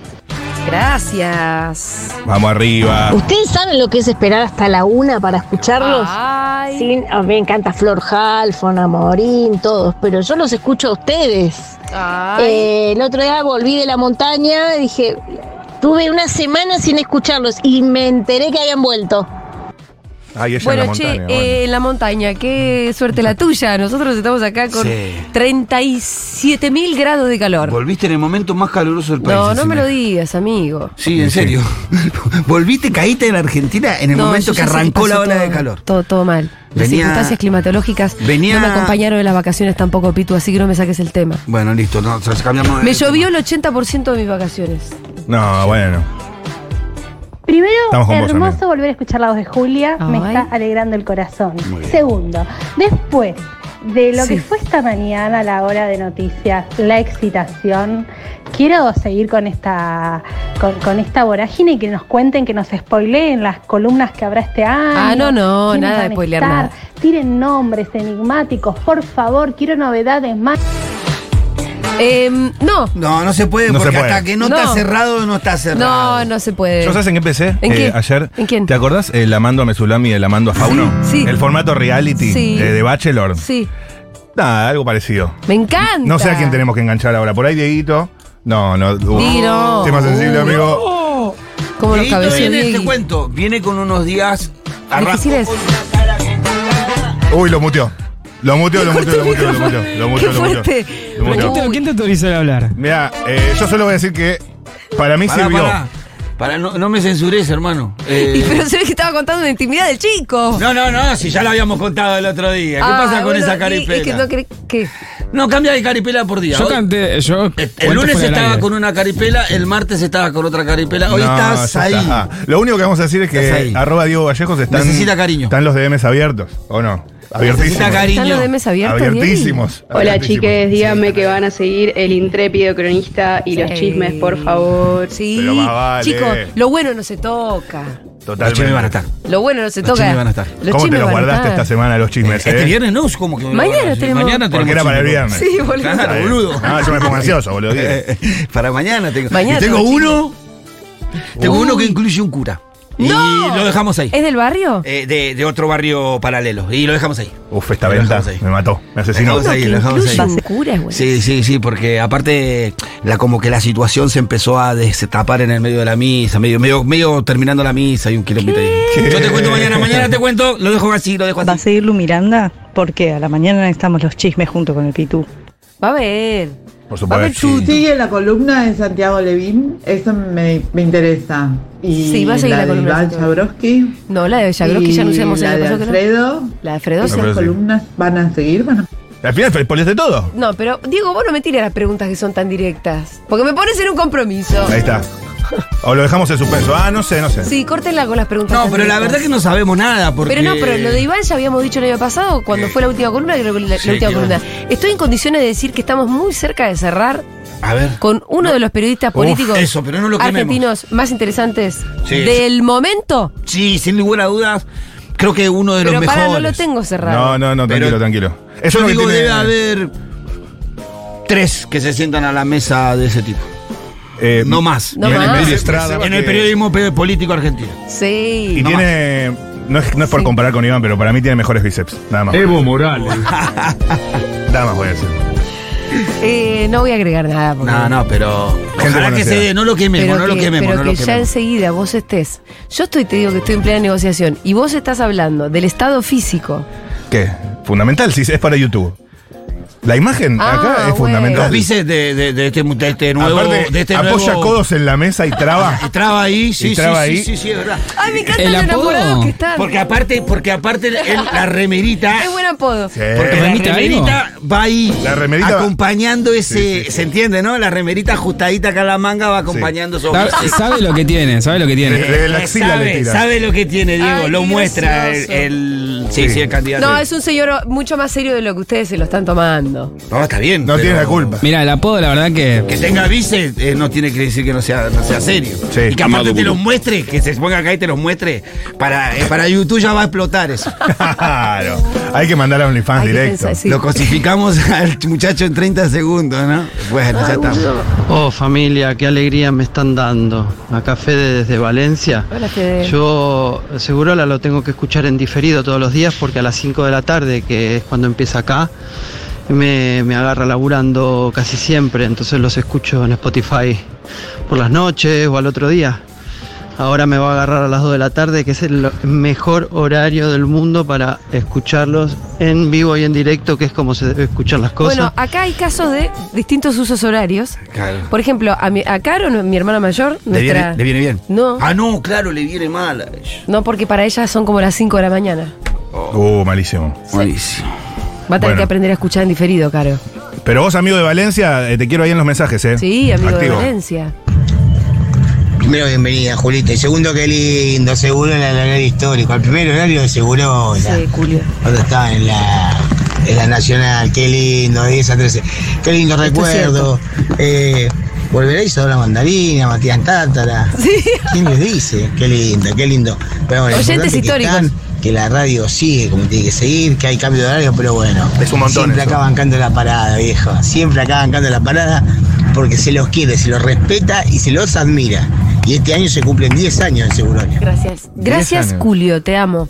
Speaker 1: Gracias.
Speaker 3: Vamos arriba.
Speaker 8: ¿Ustedes saben lo que es esperar hasta la una para escucharlos?
Speaker 1: Ay.
Speaker 8: Sí, a mí me encanta Flor Halfon, Amorín, todos, pero yo los escucho a ustedes.
Speaker 1: Ay.
Speaker 8: Eh, el otro día volví de la montaña y dije, tuve una semana sin escucharlos y me enteré que habían vuelto.
Speaker 3: Ay, ella en
Speaker 1: Bueno,
Speaker 3: la
Speaker 1: che,
Speaker 3: montaña.
Speaker 1: eh, en la montaña, qué suerte la tuya. Nosotros estamos acá con
Speaker 4: Sí.
Speaker 1: 37 mil grados de calor.
Speaker 4: Volviste en el momento más caluroso del país.
Speaker 1: No, no me
Speaker 4: encima.
Speaker 1: lo digas, amigo.
Speaker 4: Sí, en serio. Volviste, caíste en Argentina en el
Speaker 1: No,
Speaker 4: momento
Speaker 1: yo
Speaker 4: que
Speaker 1: ya sé
Speaker 4: arrancó
Speaker 1: pasó
Speaker 4: la ola
Speaker 1: todo,
Speaker 4: de calor.
Speaker 1: Todo, todo mal. Las
Speaker 4: Venía-
Speaker 1: circunstancias climatológicas
Speaker 4: venía-
Speaker 1: no me acompañaron en las vacaciones tampoco, Pitu, así que no me saques el tema.
Speaker 4: Bueno, listo, no, o sea, cambiamos de
Speaker 1: Me
Speaker 4: tema.
Speaker 1: llovió el 80% de mis vacaciones.
Speaker 3: No, bueno.
Speaker 9: Primero,
Speaker 3: Estamos con vos,
Speaker 9: hermoso
Speaker 3: amigo.
Speaker 9: volver a escuchar la voz de Julia, me
Speaker 1: Ay.
Speaker 9: está alegrando el corazón.
Speaker 4: Muy bien.
Speaker 9: Segundo, después de lo
Speaker 1: Sí.
Speaker 9: que fue esta mañana la hora de noticias, la excitación, quiero seguir con esta con, con esta vorágine y que nos cuenten, que nos spoileen las columnas que habrá este año.
Speaker 1: Ah, no, no,
Speaker 9: quiénes
Speaker 1: nada de
Speaker 9: van a
Speaker 1: spoilear
Speaker 9: estar.
Speaker 1: nada.
Speaker 9: Tiren nombres enigmáticos, por favor, quiero novedades más.
Speaker 1: Em, no,
Speaker 4: No, no se puede,
Speaker 3: No se
Speaker 4: porque
Speaker 3: puede.
Speaker 4: hasta que no,
Speaker 1: No.
Speaker 4: está cerrado, no está cerrado.
Speaker 1: no, no se puede.
Speaker 3: ¿Yo sabes en qué empecé?
Speaker 1: eh,
Speaker 3: Eh,
Speaker 1: ¿En qué?
Speaker 3: Ayer.
Speaker 1: ¿En quién?
Speaker 3: ¿Te acordás? El Amando a Mesulami y el Amando a Fauno.
Speaker 1: Sí.
Speaker 3: El formato reality
Speaker 1: Sí.
Speaker 3: eh, de Bachelor.
Speaker 1: Sí,
Speaker 3: Nada, algo parecido.
Speaker 1: me encanta.
Speaker 3: No sé a quién tenemos que enganchar ahora. Por ahí, Dieguito. No, no. uh,
Speaker 1: Sí, no.
Speaker 3: Tema
Speaker 1: Uh.
Speaker 3: sensible, amigo.
Speaker 1: Como los
Speaker 4: Dieguito
Speaker 1: cabeceos
Speaker 4: viene,
Speaker 1: Diegui.
Speaker 4: te este cuento, viene con unos días
Speaker 1: Difíciles.
Speaker 3: Uy, lo muteó. Lo muteó,
Speaker 1: Le
Speaker 3: lo muteó,
Speaker 1: corté
Speaker 3: lo muteó,
Speaker 1: el
Speaker 3: lo
Speaker 1: micrófono.
Speaker 3: muteó. Lo muteó,
Speaker 1: Qué
Speaker 3: lo muteó.
Speaker 1: fuerte.
Speaker 3: Lo
Speaker 1: Pero
Speaker 3: muteó.
Speaker 1: ¿quién te-
Speaker 7: autorizó a hablar?
Speaker 3: Mira, yo solo voy a decir que para mí
Speaker 4: Pará,
Speaker 3: sirvió.
Speaker 4: pará. Pará, no, no me censures, hermano.
Speaker 1: Y
Speaker 4: Eh,
Speaker 1: pero se ve que estaba contando una intimidad del chico.
Speaker 4: No, no, no, si ya lo habíamos contado el otro día. ¿Qué
Speaker 1: Ah,
Speaker 4: pasa con
Speaker 1: bueno,
Speaker 4: esa
Speaker 1: y-
Speaker 4: caripela?
Speaker 1: Es que no querés que.
Speaker 4: No, cambia de caripela por día.
Speaker 7: Yo
Speaker 4: Hoy- eh,
Speaker 7: canté, yo.
Speaker 4: el lunes estaba con una caripela, el martes estaba con otra caripela. Hoy
Speaker 3: No,
Speaker 4: estás
Speaker 3: ya
Speaker 4: ahí.
Speaker 3: está. Ah, Lo único que vamos a decir es
Speaker 4: Estás
Speaker 3: que
Speaker 4: ahí.
Speaker 3: arroba Diego Vallejos están,
Speaker 4: Necesita cariño.
Speaker 3: están los DMs abiertos, ¿o no?
Speaker 4: Necesita
Speaker 3: Abiertísimos.
Speaker 4: cariño.
Speaker 1: ¿Están los DMs abiertos? Diego?
Speaker 3: Abiertísimos.
Speaker 10: Hola
Speaker 3: abiertísimos.
Speaker 10: chiques, díganme que van a seguir el intrépido cronista y los
Speaker 1: Sí.
Speaker 10: chismes, por favor.
Speaker 1: Sí,
Speaker 3: Pero más vale.
Speaker 1: chicos, lo bueno no se toca.
Speaker 4: Los
Speaker 3: Totalmente.
Speaker 4: chismes van a estar.
Speaker 1: Lo bueno no se
Speaker 4: Los
Speaker 1: toca.
Speaker 4: chismes van a estar.
Speaker 1: Los
Speaker 3: ¿Cómo te
Speaker 1: chismes
Speaker 3: los
Speaker 1: van a
Speaker 3: guardaste
Speaker 1: estar.
Speaker 3: esta semana los chismes?
Speaker 4: Este
Speaker 3: eh?
Speaker 4: viernes no, es como que
Speaker 1: Mañana
Speaker 4: bueno, sí,
Speaker 1: tenemos-
Speaker 4: mañana
Speaker 3: Porque era para el
Speaker 4: chismes.
Speaker 3: viernes.
Speaker 1: Sí, boludo.
Speaker 4: Claro, boludo.
Speaker 3: Ah, yo me pongo ansioso, boludo.
Speaker 4: Eh, para mañana tengo.
Speaker 1: Mañana
Speaker 4: y tengo
Speaker 1: tengo
Speaker 4: uno. Tengo
Speaker 1: Uy.
Speaker 4: uno que incluye un cura.
Speaker 1: ¡No!
Speaker 4: Y lo dejamos ahí.
Speaker 1: ¿Es del barrio?
Speaker 4: Eh, de, de otro barrio paralelo. Y lo dejamos ahí.
Speaker 3: Uf, esta
Speaker 4: Lo
Speaker 3: venta
Speaker 4: dejamos ahí.
Speaker 3: me mató, me asesinó.
Speaker 4: Vamos a ir, lo dejamos ahí.
Speaker 1: Incluye un cura, güey.
Speaker 4: Sí, sí, sí, porque aparte la como que la situación se empezó a destapar en el medio de la misa, medio, medio, medio terminando la misa y un kilómetro ahí. Yo te cuento mañana, mañana te cuento, lo dejo así, lo dejo así.
Speaker 6: a seguir Lu Miranda? Porque a la mañana estamos los chismes junto con el Pitu.
Speaker 1: Va a ver.
Speaker 3: Por
Speaker 1: Va a haber
Speaker 3: supuesto.
Speaker 1: chute.
Speaker 11: Sigue la columna de Santiago Levín, eso me, me interesa. Y
Speaker 1: Sí, va a seguir la
Speaker 11: la, de
Speaker 1: columna de
Speaker 11: Iván
Speaker 1: Santiago.
Speaker 11: Chabrowski.
Speaker 1: No, la de Yagroski ya anunciamos
Speaker 11: y
Speaker 1: el
Speaker 11: la
Speaker 1: año
Speaker 11: de
Speaker 1: pasado que no.
Speaker 11: Alfredo.
Speaker 1: La de Alfredo.
Speaker 3: No,
Speaker 11: Esas
Speaker 3: pero sí.
Speaker 11: columnas van a seguir, van a-
Speaker 3: Al final spoileaste todo.
Speaker 1: No, pero Diego, vos no me tires las preguntas que son tan directas. Porque me pones en un compromiso.
Speaker 3: Ahí está. O lo dejamos en suspenso. Ah, no sé, no sé.
Speaker 1: Sí, córtenla con las preguntas.
Speaker 4: No,
Speaker 1: tan
Speaker 4: pero la
Speaker 1: directas.
Speaker 4: verdad que no sabemos nada porque
Speaker 1: Pero no, pero lo de Iván ya habíamos dicho el año pasado, cuando
Speaker 4: Eh,
Speaker 1: fue la última columna, creo que la, la
Speaker 4: sí,
Speaker 1: última
Speaker 4: que
Speaker 1: columna.
Speaker 4: Iván-
Speaker 1: Estoy en condiciones de decir que estamos muy cerca de cerrar
Speaker 4: A ver.
Speaker 1: con uno de los periodistas políticos
Speaker 4: eso, pero no lo quememos.
Speaker 1: argentinos más interesantes
Speaker 4: Sí,
Speaker 1: del momento.
Speaker 4: Sí, sin ninguna duda, creo que uno de
Speaker 1: Pero
Speaker 4: los
Speaker 1: para,
Speaker 4: mejores.
Speaker 1: no lo tengo cerrado.
Speaker 3: No, no, no, tranquilo,
Speaker 4: Pero-
Speaker 3: tranquilo.
Speaker 4: Yo
Speaker 3: Eso es lo
Speaker 4: digo,
Speaker 3: que
Speaker 4: debe
Speaker 3: tiene.
Speaker 4: haber tres que se sientan a la mesa de ese tipo.
Speaker 3: eh,
Speaker 4: No más.
Speaker 1: No
Speaker 3: y en el
Speaker 1: más.
Speaker 3: medio Estrada,
Speaker 4: En
Speaker 3: que-
Speaker 4: el periodismo pe- político argentino.
Speaker 1: Sí.
Speaker 3: Y
Speaker 4: No
Speaker 3: tiene. No es, no es por
Speaker 1: Sí.
Speaker 3: comparar con Iván, pero para mí tiene mejores bíceps. Nada
Speaker 4: Eh.
Speaker 3: más.
Speaker 7: Evo Morales.
Speaker 3: Nada más voy a decir.
Speaker 1: Eh, no voy a agregar nada. porque-
Speaker 4: No, no, pero. Ojalá que
Speaker 3: conocida.
Speaker 4: se dé, no lo quememos,
Speaker 1: Pero
Speaker 4: no lo
Speaker 1: que,
Speaker 4: quememos,
Speaker 1: pero
Speaker 4: no
Speaker 1: que
Speaker 4: lo
Speaker 1: ya
Speaker 4: quememos.
Speaker 1: enseguida vos estés. Yo estoy, te digo que estoy en plena negociación y vos estás hablando del estado físico.
Speaker 3: ¿Qué? Fundamental, sí, es para YouTube. La imagen
Speaker 1: Ah,
Speaker 3: acá es
Speaker 1: güey.
Speaker 3: fundamental.
Speaker 4: Los bíceps de, de- de este, de este nuevo.
Speaker 3: Aparte,
Speaker 4: de este
Speaker 3: apoya
Speaker 4: nuevo-
Speaker 3: codos en la mesa y traba.
Speaker 4: Y traba ahí, sí,
Speaker 3: Y traba
Speaker 4: sí,
Speaker 3: ahí.
Speaker 4: sí, sí, sí, es verdad.
Speaker 1: Ay, me encanta
Speaker 4: El
Speaker 1: lo
Speaker 4: apodo.
Speaker 1: enamorados que están.
Speaker 4: Porque aparte, porque aparte el- el- la remerita.
Speaker 1: Es buen apodo.
Speaker 3: Sí.
Speaker 4: Porque la
Speaker 7: ¿Remita
Speaker 4: remerita va ahí.
Speaker 3: La remerita va-
Speaker 4: acompañando ese.
Speaker 3: Sí, sí, sí.
Speaker 4: ¿Se entiende, no? La remerita ajustadita acá a la manga va acompañando esos
Speaker 7: Sabe,
Speaker 4: bíceps.
Speaker 7: sabe lo que tiene, sabe lo que tiene.
Speaker 3: Le- le- la axila
Speaker 4: Eh, sabe,
Speaker 3: le tira.
Speaker 4: sabe lo que tiene, Diego.
Speaker 1: Ay,
Speaker 4: lo
Speaker 1: qué
Speaker 4: muestra el,
Speaker 1: gracioso.
Speaker 4: el- Sí,
Speaker 3: Sí.
Speaker 4: sí, el candidato.
Speaker 1: No, es un señor mucho más serio de lo que ustedes se lo están tomando.
Speaker 4: No, está bien.
Speaker 3: No
Speaker 4: pero-
Speaker 3: tiene la culpa.
Speaker 7: Mira, el apodo, la verdad
Speaker 4: Que
Speaker 7: que.
Speaker 4: tenga bíceps eh, no tiene que decir que no sea, no sea serio.
Speaker 3: Sí.
Speaker 4: Y que aparte
Speaker 12: Maduro.
Speaker 4: te los muestre, que se ponga acá y te los muestre. Para, eh, para YouTube ya va a explotar eso.
Speaker 3: Claro. Hay que mandar a OnlyFans
Speaker 1: Hay que
Speaker 3: directo.
Speaker 1: pensar, sí.
Speaker 4: Lo cosificamos al muchacho en 30 segundos, ¿no? Bueno, ya está.
Speaker 7: Oh, familia, qué alegría me están dando. Acá Fede desde Valencia.
Speaker 1: Hola, Fede.
Speaker 7: Yo seguro la lo tengo que escuchar en diferido todos los días porque a las 5 de la tarde, que es cuando empieza acá, me, me agarra laburando casi siempre, entonces los escucho en Spotify por las noches o al otro día. Ahora me va a agarrar a las 2 de la tarde, que es el mejor horario del mundo para escucharlos en vivo y en directo, que es como se debe escuchar las cosas.
Speaker 1: Bueno, acá hay casos de distintos usos horarios.
Speaker 4: Claro.
Speaker 1: Por ejemplo, a, mi, a Caro, no- mi hermana mayor,
Speaker 4: ¿Le
Speaker 1: nuestra.
Speaker 4: viene, le viene bien?
Speaker 1: No.
Speaker 4: Ah, no, claro, le viene mal. a ella.
Speaker 1: No, porque para ella son como las 5 de la mañana.
Speaker 3: Uh, malísimo.
Speaker 4: Buenísimo.
Speaker 1: Va a tener
Speaker 3: Bueno.
Speaker 1: que aprender a escuchar en diferido, Caro.
Speaker 3: Pero vos, amigo de Valencia, eh, te quiero ahí en los mensajes, ¿eh?
Speaker 1: Sí, amigo
Speaker 3: Activo.
Speaker 1: de Valencia.
Speaker 12: Primero, bienvenida, Julita. Y segundo, qué lindo. Seguro en el horario histórico. Al primer horario de seguro.
Speaker 1: Sí, Julio.
Speaker 12: ¿Dónde está? En la, en la Nacional. Qué lindo, 10 a 13. Qué lindo
Speaker 1: es
Speaker 12: recuerdo. Eh, Volveréis a la mandarina, Matías Tátara.
Speaker 1: Sí.
Speaker 12: ¿Quién les dice? Qué lindo, qué lindo. Pero bueno, lo
Speaker 1: Oyentes
Speaker 12: importante es que
Speaker 1: históricos.
Speaker 12: que la radio sigue como tiene que seguir, que hay cambio de horario, pero bueno.
Speaker 3: Es un montón
Speaker 12: Siempre
Speaker 3: eso.
Speaker 12: acá bancando la parada, viejo. Siempre acá bancando la parada porque se los quiere, se los respeta y se los admira. Y este año se cumplen 10 años en Seguronia.
Speaker 1: Gracias. Gracias,
Speaker 3: años.
Speaker 1: Julio, te amo.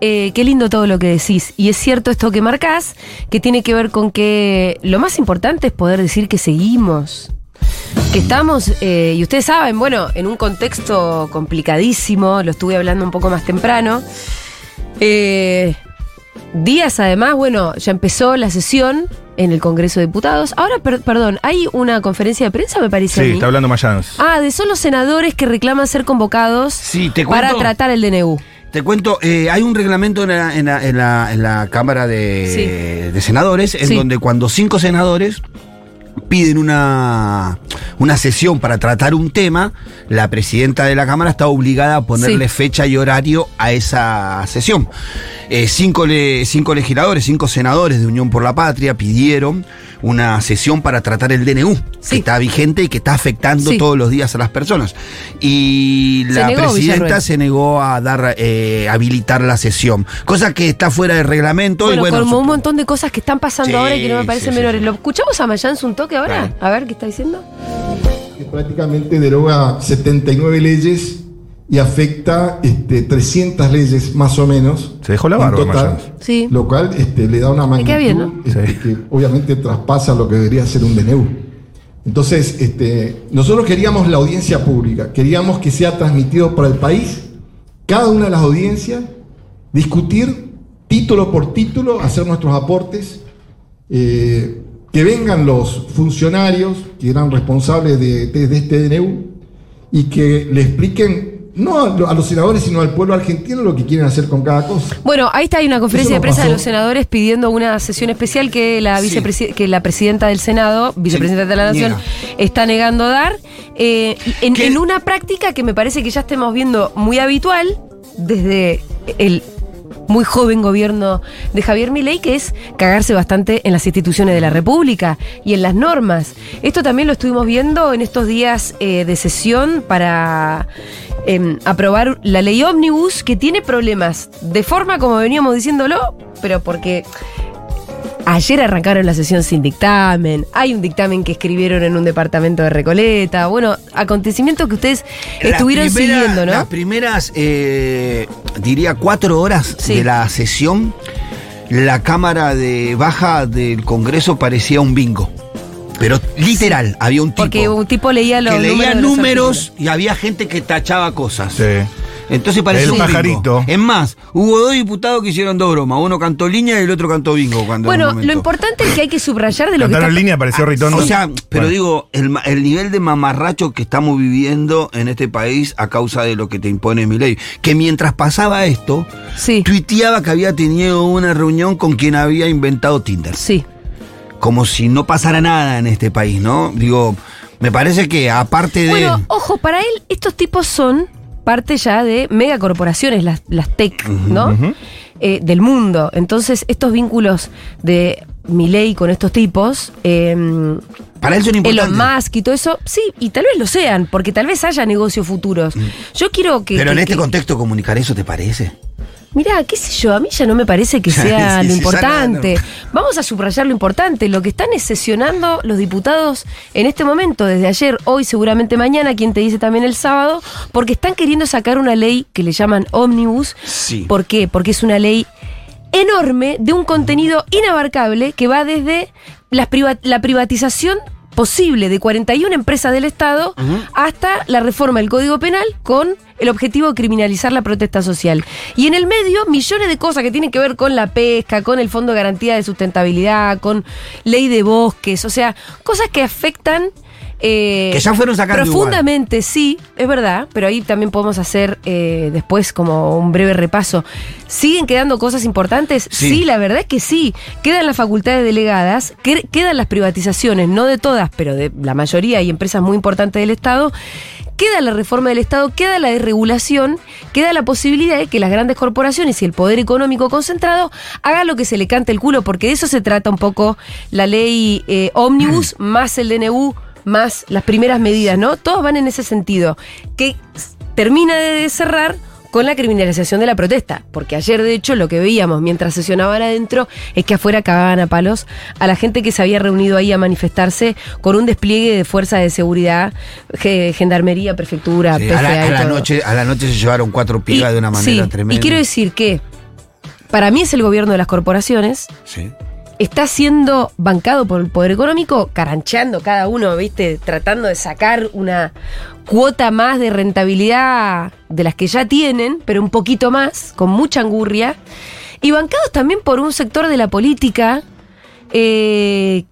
Speaker 1: Eh, qué lindo todo lo que decís. Y es cierto esto que marcás, que tiene que ver con que lo más importante es poder decir que seguimos. Que estamos, eh, y ustedes saben, bueno, en un contexto complicadísimo, lo estuve hablando un poco más temprano. Eh, días además, bueno, ya empezó la sesión en el Congreso de Diputados. Ahora, per- perdón, hay una conferencia de prensa, me parece. a
Speaker 3: Sí,
Speaker 1: mí?
Speaker 3: está hablando Mayans.
Speaker 1: Ah, de son los senadores que reclaman ser convocados
Speaker 4: Sí, te cuento.
Speaker 1: para tratar el DNU.
Speaker 4: Te cuento, eh, hay un reglamento en la, en la- en la- en la Cámara de, de Senadores en
Speaker 1: Sí.
Speaker 4: donde cuando cinco senadores piden una, una sesión para tratar un tema, la presidenta de la Cámara está obligada a ponerle
Speaker 1: Sí.
Speaker 4: fecha y horario a esa sesión. Eh, cinco, le- cinco legisladores, cinco senadores de Unión por la Patria pidieron una sesión para tratar el DNU,
Speaker 1: Sí.
Speaker 4: que está vigente y que está afectando
Speaker 1: Sí.
Speaker 4: todos los días a las personas. Y
Speaker 1: Se
Speaker 4: la
Speaker 1: negó
Speaker 4: presidenta
Speaker 1: Villarruel.
Speaker 4: se negó a dar eh, habilitar la sesión, cosa que está fuera del reglamento y
Speaker 1: Bueno,
Speaker 4: bueno,
Speaker 1: como un
Speaker 4: supongo-
Speaker 1: montón de cosas que están pasando
Speaker 4: Sí,
Speaker 1: ahora y que no me parecen
Speaker 4: sí, sí,
Speaker 1: menores.
Speaker 4: sí.
Speaker 1: ¿Lo escuchamos a Mayans un toque ahora?
Speaker 4: Dale.
Speaker 1: A ver qué está diciendo.
Speaker 13: que prácticamente deroga 79 leyes y afecta este, 300 leyes más o menos.
Speaker 3: Se dejó la
Speaker 13: en
Speaker 3: barba,
Speaker 13: total,
Speaker 3: Mayans.
Speaker 1: Sí.
Speaker 13: Lo cual este, le da una magnitud
Speaker 1: queda bien, ¿no?
Speaker 13: este,
Speaker 3: Sí.
Speaker 13: que obviamente traspasa lo que debería ser un DNU. Entonces, este, nosotros queríamos la audiencia pública, queríamos que sea transmitido para el país, cada una de las audiencias, discutir título por título, hacer nuestros aportes, eh, que vengan los funcionarios que eran responsables de, de- de este DNU y que le expliquen, no a, lo- a los senadores, sino al pueblo argentino lo que quieren hacer con cada cosa.
Speaker 1: Bueno, ahí está, hay una conferencia
Speaker 13: Eso
Speaker 1: de
Speaker 13: no
Speaker 1: prensa de
Speaker 13: pasó.
Speaker 1: los senadores pidiendo una sesión especial que la,
Speaker 4: Sí.
Speaker 1: vicepresi- que la presidenta del Senado, vicepresidenta de la Nación, está negando dar. eh, en,
Speaker 4: ¿Qué?
Speaker 1: en una práctica que me parece que ya estemos viendo muy habitual desde el muy joven gobierno de Javier Milei, que es cagarse bastante en las instituciones de la República y en las normas. Esto también lo estuvimos viendo en estos días eh, de sesión para em, aprobar la ley ómnibus, que tiene problemas de forma como veníamos diciéndolo, pero porque Ayer arrancaron la sesión sin dictamen, hay un dictamen que escribieron en un departamento de Recoleta, bueno, acontecimientos que ustedes
Speaker 4: Las
Speaker 1: estuvieron
Speaker 4: primeras-
Speaker 1: siguiendo, ¿no?
Speaker 4: Las primeras, eh, diría, cuatro horas
Speaker 1: Sí.
Speaker 4: de la sesión, la Cámara de Baja del Congreso parecía un bingo. Pero literal, había un tipo
Speaker 1: Porque un tipo leía los
Speaker 4: que
Speaker 1: números.
Speaker 4: leía
Speaker 1: de los
Speaker 4: números
Speaker 1: artículos.
Speaker 4: y había gente que tachaba cosas.
Speaker 3: Sí.
Speaker 4: Entonces parece
Speaker 3: El
Speaker 4: un bingo.
Speaker 3: pajarito.
Speaker 4: Es más, hubo dos diputados que hicieron dos bromas. Uno cantó línea y el otro cantó bingo. Cuando
Speaker 1: Bueno,
Speaker 4: en un
Speaker 1: lo
Speaker 4: momento.
Speaker 1: importante es que hay que subrayar de lo que
Speaker 3: Cantaron
Speaker 1: está-
Speaker 3: línea, apareció Ritón.
Speaker 4: Ah, O sea, pero
Speaker 3: Bueno.
Speaker 4: digo, el, ma- el nivel de mamarracho que estamos viviendo en este país a causa de lo que te impone mi ley. Que mientras pasaba esto, tuiteaba que había tenido una reunión con quien había inventado Tinder.
Speaker 1: Sí.
Speaker 4: Como si no pasara nada en este país, ¿no? Digo, me parece que aparte de.
Speaker 1: Bueno, ojo, para él estos tipos son parte ya de megacorporaciones, las, las tech, ¿no? Eh, del mundo. Entonces, estos vínculos de Milei con estos tipos... eh,
Speaker 4: Para él son importantes.
Speaker 1: Elon Musk y todo eso, sí, y tal vez lo sean, porque tal vez haya negocios futuros. Yo quiero que...
Speaker 4: Mm. pero en
Speaker 1: que-
Speaker 4: este
Speaker 1: que-
Speaker 4: contexto comunicar eso, ¿te parece?
Speaker 1: Mirá, qué sé yo, a mí ya no me parece que
Speaker 4: Sí,
Speaker 1: sea
Speaker 4: sí,
Speaker 1: lo
Speaker 4: sí,
Speaker 1: importante. Vamos a subrayar lo importante, lo que están es sesionando los diputados en este momento, desde ayer, hoy, seguramente mañana, quien te dice también el sábado, porque están queriendo sacar una ley que le llaman ómnibus.
Speaker 4: Sí.
Speaker 1: ¿Por qué? Porque es una ley enorme de un contenido inabarcable que va desde las priva- la privatización posible de 41 empresas del Estado hasta la reforma del Código Penal con el objetivo de criminalizar la protesta social. Y en el medio, millones de cosas que tienen que ver con la pesca, con el Fondo de Garantía de Sustentabilidad, con ley de bosques, o sea, cosas que afectan... eh,
Speaker 4: Que ya fueron sacando igual.
Speaker 1: Profundamente, sí, es verdad, pero ahí también podemos hacer eh, después como un breve repaso. ¿Siguen quedando cosas importantes?
Speaker 4: Sí.
Speaker 1: la verdad es que sí. Quedan las facultades delegadas, que- quedan las privatizaciones, no de todas, pero de la mayoría y empresas muy importantes del Estado. Queda la reforma del Estado, queda la desregulación, queda la posibilidad de que las grandes corporaciones y el poder económico concentrado hagan lo que se le cante el culo, porque de eso se trata un poco la ley eh, ómnibus más el DNU más las primeras medidas, ¿no? Todos van en ese sentido. Que s- termina de cerrar con la criminalización de la protesta. Porque ayer, de hecho, lo que veíamos mientras sesionaban adentro es que afuera cagaban a palos a la gente que se había reunido ahí a manifestarse con un despliegue de fuerza de seguridad, ge- gendarmería, prefectura,
Speaker 4: Sí,
Speaker 1: PFA
Speaker 4: a, la, a
Speaker 1: y
Speaker 4: la
Speaker 1: todo.
Speaker 4: noche, a la noche se llevaron cuatro
Speaker 1: Y-
Speaker 4: pibas de una manera
Speaker 1: sí,
Speaker 4: tremenda.
Speaker 1: Y quiero decir que para mí es el gobierno de las corporaciones,
Speaker 4: Sí.
Speaker 1: está siendo bancado por el poder económico, carancheando cada uno, ¿viste? Tratando de sacar una cuota más de rentabilidad de las que ya tienen, pero un poquito más, con mucha angurria. Y bancados también por un sector de la política, eh,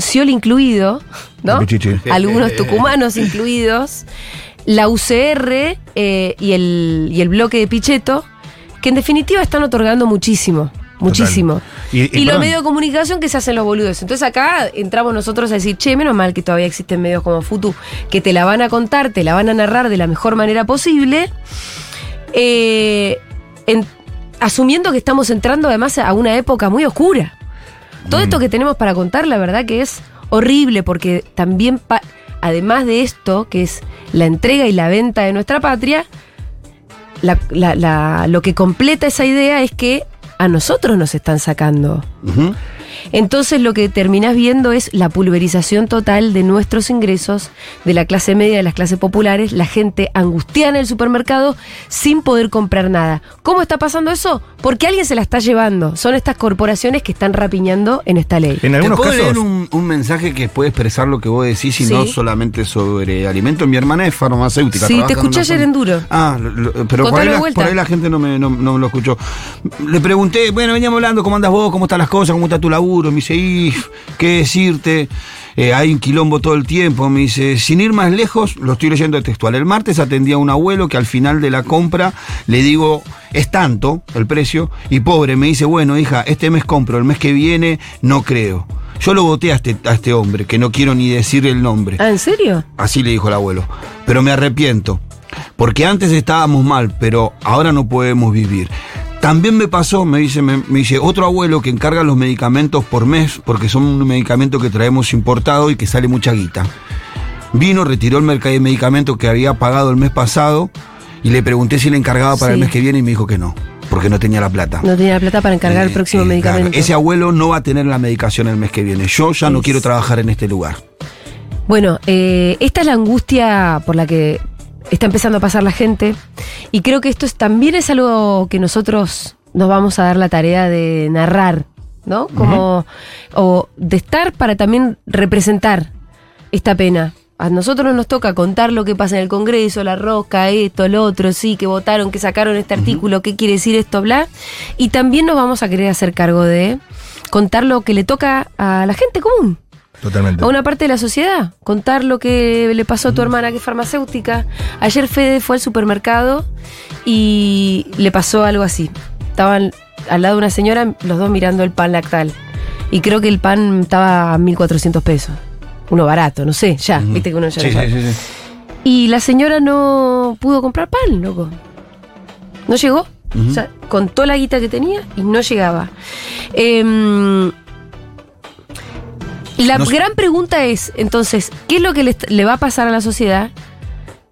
Speaker 1: Scioli incluido, ¿no?
Speaker 3: El pichichi.
Speaker 1: Algunos tucumanos incluidos, la UCR eh, y, el, y el bloque de Pichetto, que en definitiva están otorgando muchísimo, muchísimo.
Speaker 3: Y,
Speaker 1: Y, los
Speaker 3: perdón,
Speaker 1: medios de comunicación que se hacen los boludos. Entonces acá entramos nosotros a decir, che, menos mal que todavía existen medios como Futu, que te la van a contar, te la van a narrar de la mejor manera posible. Eh, en- asumiendo que estamos entrando además a una época muy oscura.
Speaker 3: Mm.
Speaker 1: Todo esto que tenemos para contar, la verdad que es horrible, porque también, pa- además de esto, que es la entrega y la venta de nuestra patria, la- la- la- lo que completa esa idea es que a nosotros nos están sacando.
Speaker 4: Ujú.
Speaker 1: Entonces lo que terminás viendo es la pulverización total de nuestros ingresos, de la clase media, de las clases populares, la gente angustiada en el supermercado sin poder comprar nada. ¿Cómo está pasando eso? Porque alguien se la está llevando. Son estas corporaciones que están rapiñando en esta ley.
Speaker 4: ¿Te puedo leer un, un mensaje que puede expresar lo que vos decís y
Speaker 1: Sí.
Speaker 4: no solamente sobre alimento? Mi hermana es farmacéutica.
Speaker 1: Sí,
Speaker 4: trabaja
Speaker 1: te
Speaker 4: en
Speaker 1: escuché
Speaker 4: una
Speaker 1: ayer
Speaker 4: farma-
Speaker 1: en duro.
Speaker 4: Ah, lo- lo- pero por ahí,
Speaker 1: Contalo de
Speaker 4: la,
Speaker 1: vuelta.
Speaker 4: por ahí la gente no me, no, no me lo escuchó. Le pregunté, bueno, veníamos hablando, ¿cómo andas vos? ¿Cómo están las cosas? ¿Cómo está tu laburo? Me dice, "Y, ¿qué decirte? Eh, hay un quilombo todo el tiempo. Me dice, sin ir más lejos, lo estoy leyendo de textual. El martes atendí a un abuelo que al final de la compra le digo, es tanto el precio, y pobre, me dice, bueno, hija, este mes compro, el mes que viene no creo. Yo lo voté a este, a este hombre, que no quiero ni decir el nombre.
Speaker 1: ¿Ah, en serio?
Speaker 4: Así le dijo el abuelo. Pero me arrepiento. Porque antes estábamos mal, pero ahora no podemos vivir. También me pasó, me dice, me, me dice otro abuelo que encarga los medicamentos por mes, porque son un medicamento que traemos importado y que sale mucha guita. Vino, retiró el mercado de medicamentos que había pagado el mes pasado y le pregunté si le encargaba para
Speaker 1: Sí.
Speaker 4: el mes que viene y me dijo que no, porque no tenía la plata. Eh,
Speaker 1: No tenía la plata para encargar el próximo medicamento.
Speaker 4: Ese abuelo no va a tener la medicación el mes que viene. Yo ya no quiero trabajar en este lugar.
Speaker 1: Bueno, eh, esta es la angustia por la que está empezando a pasar la gente y creo que esto es, también es algo que nosotros nos vamos a dar la tarea de narrar, ¿no? Como o de estar para también representar esta pena. A nosotros nos toca contar lo que pasa en el Congreso, la rosca, esto, lo otro, sí, que votaron, que sacaron este artículo, qué quiere decir esto, bla. Y también nos vamos a querer hacer cargo de contar lo que le toca a la gente común.
Speaker 3: Totalmente.
Speaker 1: A una parte de la sociedad, contar lo que le pasó a tu hermana que es farmacéutica. Ayer Fede fue al supermercado y le pasó algo así. Estaban al lado de una señora, los dos mirando el pan lactal. Y creo que el pan estaba a 1.400 pesos. Uno barato, no sé, ya, viste que uno ya
Speaker 4: Sí,
Speaker 1: lo sabe.
Speaker 4: sí, sí, sí.
Speaker 1: Y la señora no pudo comprar pan, loco. No llegó.
Speaker 4: Ujú.
Speaker 1: O sea, contó la guita que tenía y no llegaba. Em, la
Speaker 2: No sé.
Speaker 1: gran pregunta es, entonces, ¿qué es lo que le, est- le va a pasar a la sociedad?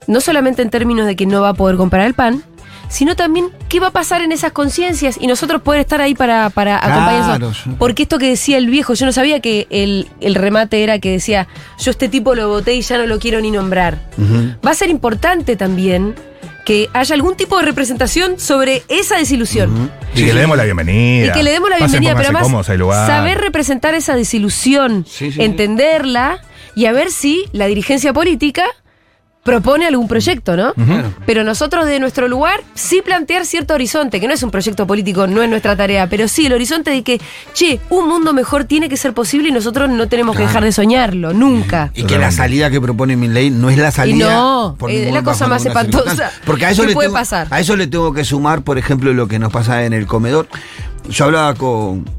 Speaker 1: No solamente en términos de que no va a poder comprar el pan, sino también qué va a pasar en esas conciencias y nosotros poder estar ahí para, para
Speaker 4: Claro,
Speaker 1: acompañar eso.
Speaker 4: yo-
Speaker 1: Porque esto que decía el viejo, yo no sabía que el, el remate era que decía, yo este tipo lo voté y ya no lo quiero ni nombrar va a ser importante también que haya algún tipo de representación sobre esa desilusión.
Speaker 3: Y que le demos la bienvenida.
Speaker 1: Y que le demos la
Speaker 3: Pasen,
Speaker 1: bienvenida,
Speaker 3: pónganse
Speaker 1: pero además
Speaker 3: cómodos, hay lugar.
Speaker 1: saber representar esa desilusión,
Speaker 3: Sí, sí, sí.
Speaker 1: entenderla y a ver si la dirigencia política propone algún proyecto, ¿no?
Speaker 2: Ujú.
Speaker 1: Pero nosotros de nuestro lugar sí plantear cierto horizonte, que no es un proyecto político, no es nuestra tarea, pero sí el horizonte de que, che, un mundo mejor tiene que ser posible y nosotros no tenemos que
Speaker 4: Claro.
Speaker 1: dejar de soñarlo, nunca.
Speaker 4: Y que la salida que propone Milei no es la salida.
Speaker 1: no, eh, es
Speaker 4: ningún-
Speaker 1: la cosa
Speaker 4: bajo
Speaker 1: más
Speaker 4: ninguna
Speaker 1: espantosa
Speaker 4: circunstancia. Porque a eso
Speaker 1: que
Speaker 4: le
Speaker 1: puede
Speaker 4: tengo-
Speaker 1: pasar.
Speaker 4: A eso le tengo que sumar, por ejemplo, lo que nos pasa en el comedor. Yo hablaba con.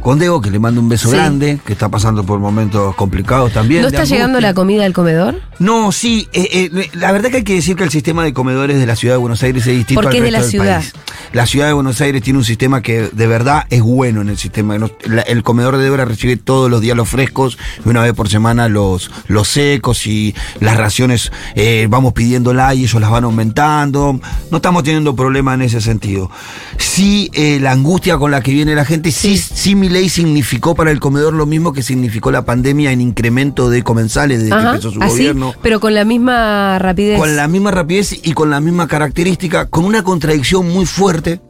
Speaker 4: Con Dego, que le mando un beso
Speaker 1: Sí.
Speaker 4: grande, que está pasando por momentos complicados también.
Speaker 1: ¿No
Speaker 4: de
Speaker 1: está
Speaker 4: angustia.
Speaker 1: llegando la comida al comedor?
Speaker 4: No, sí, eh, eh, la verdad que hay que decir que el sistema de comedores de la ciudad de Buenos Aires es distinto
Speaker 1: Porque
Speaker 4: al
Speaker 1: es de
Speaker 4: resto
Speaker 1: la
Speaker 4: del
Speaker 1: ciudad.
Speaker 4: país. La ciudad de Buenos Aires tiene un sistema que de verdad es bueno en el sistema. No- la- El comedor de Débora recibe todos los días los frescos y una vez por semana los, los secos y las raciones eh, vamos pidiéndola y ellos las van aumentando. No estamos teniendo problemas en ese sentido. Sí, eh, la angustia con la que viene la gente, sí, sí mi ley significó para el comedor lo mismo que significó la pandemia en incremento de comensales desde
Speaker 1: Ajá,
Speaker 4: que empezó su
Speaker 1: así,
Speaker 4: gobierno.
Speaker 1: Pero con la misma rapidez.
Speaker 4: Con la misma rapidez y con la misma característica, con una contradicción muy fuerte,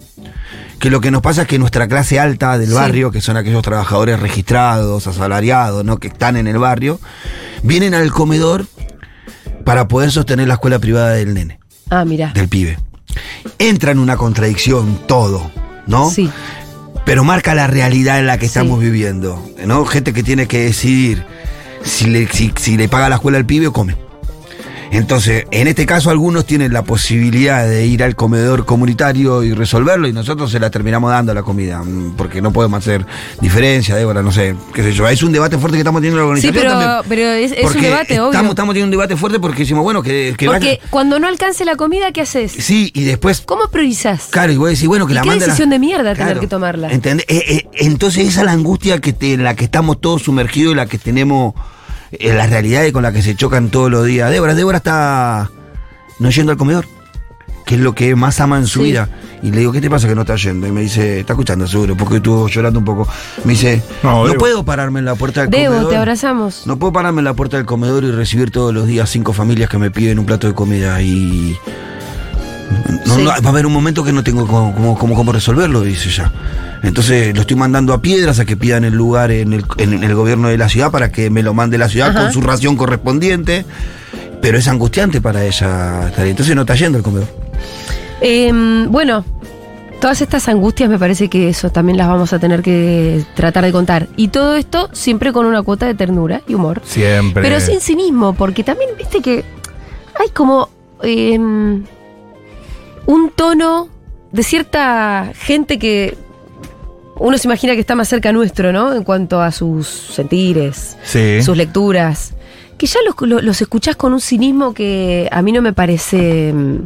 Speaker 4: que lo que nos pasa es que nuestra clase alta del
Speaker 14: Sí.
Speaker 4: barrio, que son aquellos trabajadores registrados, asalariados, ¿no? que están en el barrio, vienen al comedor para poder sostener la escuela privada del nene,
Speaker 1: Ah, mira.
Speaker 4: del pibe. Entra en una contradicción todo, ¿no?
Speaker 1: Sí.
Speaker 4: Pero marca la realidad en la que estamos viviendo, ¿no? Gente que tiene que decidir si le, si- si le paga la escuela al pibe o come. Entonces, en este caso algunos tienen la posibilidad de ir al comedor comunitario y resolverlo y nosotros se la terminamos dando la comida, mm, porque no podemos hacer diferencia, Débora, no sé, qué sé yo. Es un debate fuerte que estamos teniendo en la
Speaker 1: Sí,
Speaker 4: organización
Speaker 1: pero,
Speaker 4: también.
Speaker 1: pero es, es un
Speaker 4: Porque
Speaker 1: debate,
Speaker 4: estamos,
Speaker 1: obvio.
Speaker 4: Estamos teniendo un debate fuerte porque decimos, bueno, que, que
Speaker 1: Porque
Speaker 4: vaya-
Speaker 1: cuando no alcance la comida, ¿qué haces?
Speaker 4: Sí, y después...
Speaker 1: ¿Cómo priorizás?
Speaker 4: Claro, y voy a decir, bueno, que
Speaker 1: ¿Y
Speaker 4: la
Speaker 1: qué
Speaker 4: manda la-
Speaker 1: decisión de mierda tener
Speaker 4: Claro.
Speaker 1: que tomarla?
Speaker 4: ¿Entendés? Eh, eh, entonces esa es la angustia que te- en la que estamos todos sumergidos y la que tenemos, eh, las realidades con las que se chocan todos los días. Débora, Débora está no yendo al comedor, que es lo que más ama en su
Speaker 14: Sí.
Speaker 4: vida. Y le digo, ¿qué te pasa que no estás yendo? Y me dice, está escuchando seguro, porque estuvo llorando un poco. Me dice,
Speaker 3: No,
Speaker 4: no,
Speaker 3: Debo.
Speaker 4: puedo pararme en la puerta del
Speaker 1: Debo,
Speaker 4: comedor.
Speaker 1: te abrazamos.
Speaker 4: No puedo pararme en la puerta del comedor y recibir todos los días cinco familias que me piden un plato de comida y. No, no, va a haber un momento que no tengo cómo, cómo- cómo- cómo resolverlo, dice ya. Entonces lo estoy mandando a piedras a que pidan el lugar en el, en el gobierno de la ciudad para que me lo mande la ciudad
Speaker 1: Ajá.
Speaker 4: con su ración correspondiente. Pero es angustiante para ella estar ahí. Entonces no está yendo al comedor.
Speaker 1: Em, bueno, todas estas angustias me parece que eso también las vamos a tener que tratar de contar. Y todo esto siempre con una cuota de ternura y humor.
Speaker 3: Siempre.
Speaker 1: Pero sin cinismo, porque también viste que hay como eh, un tono de cierta gente que uno se imagina que está más cerca nuestro, ¿no? En cuanto a sus sentires,
Speaker 3: Sí.
Speaker 1: sus lecturas. Que ya los, lo- los escuchás con un cinismo que a mí no me parece. mm,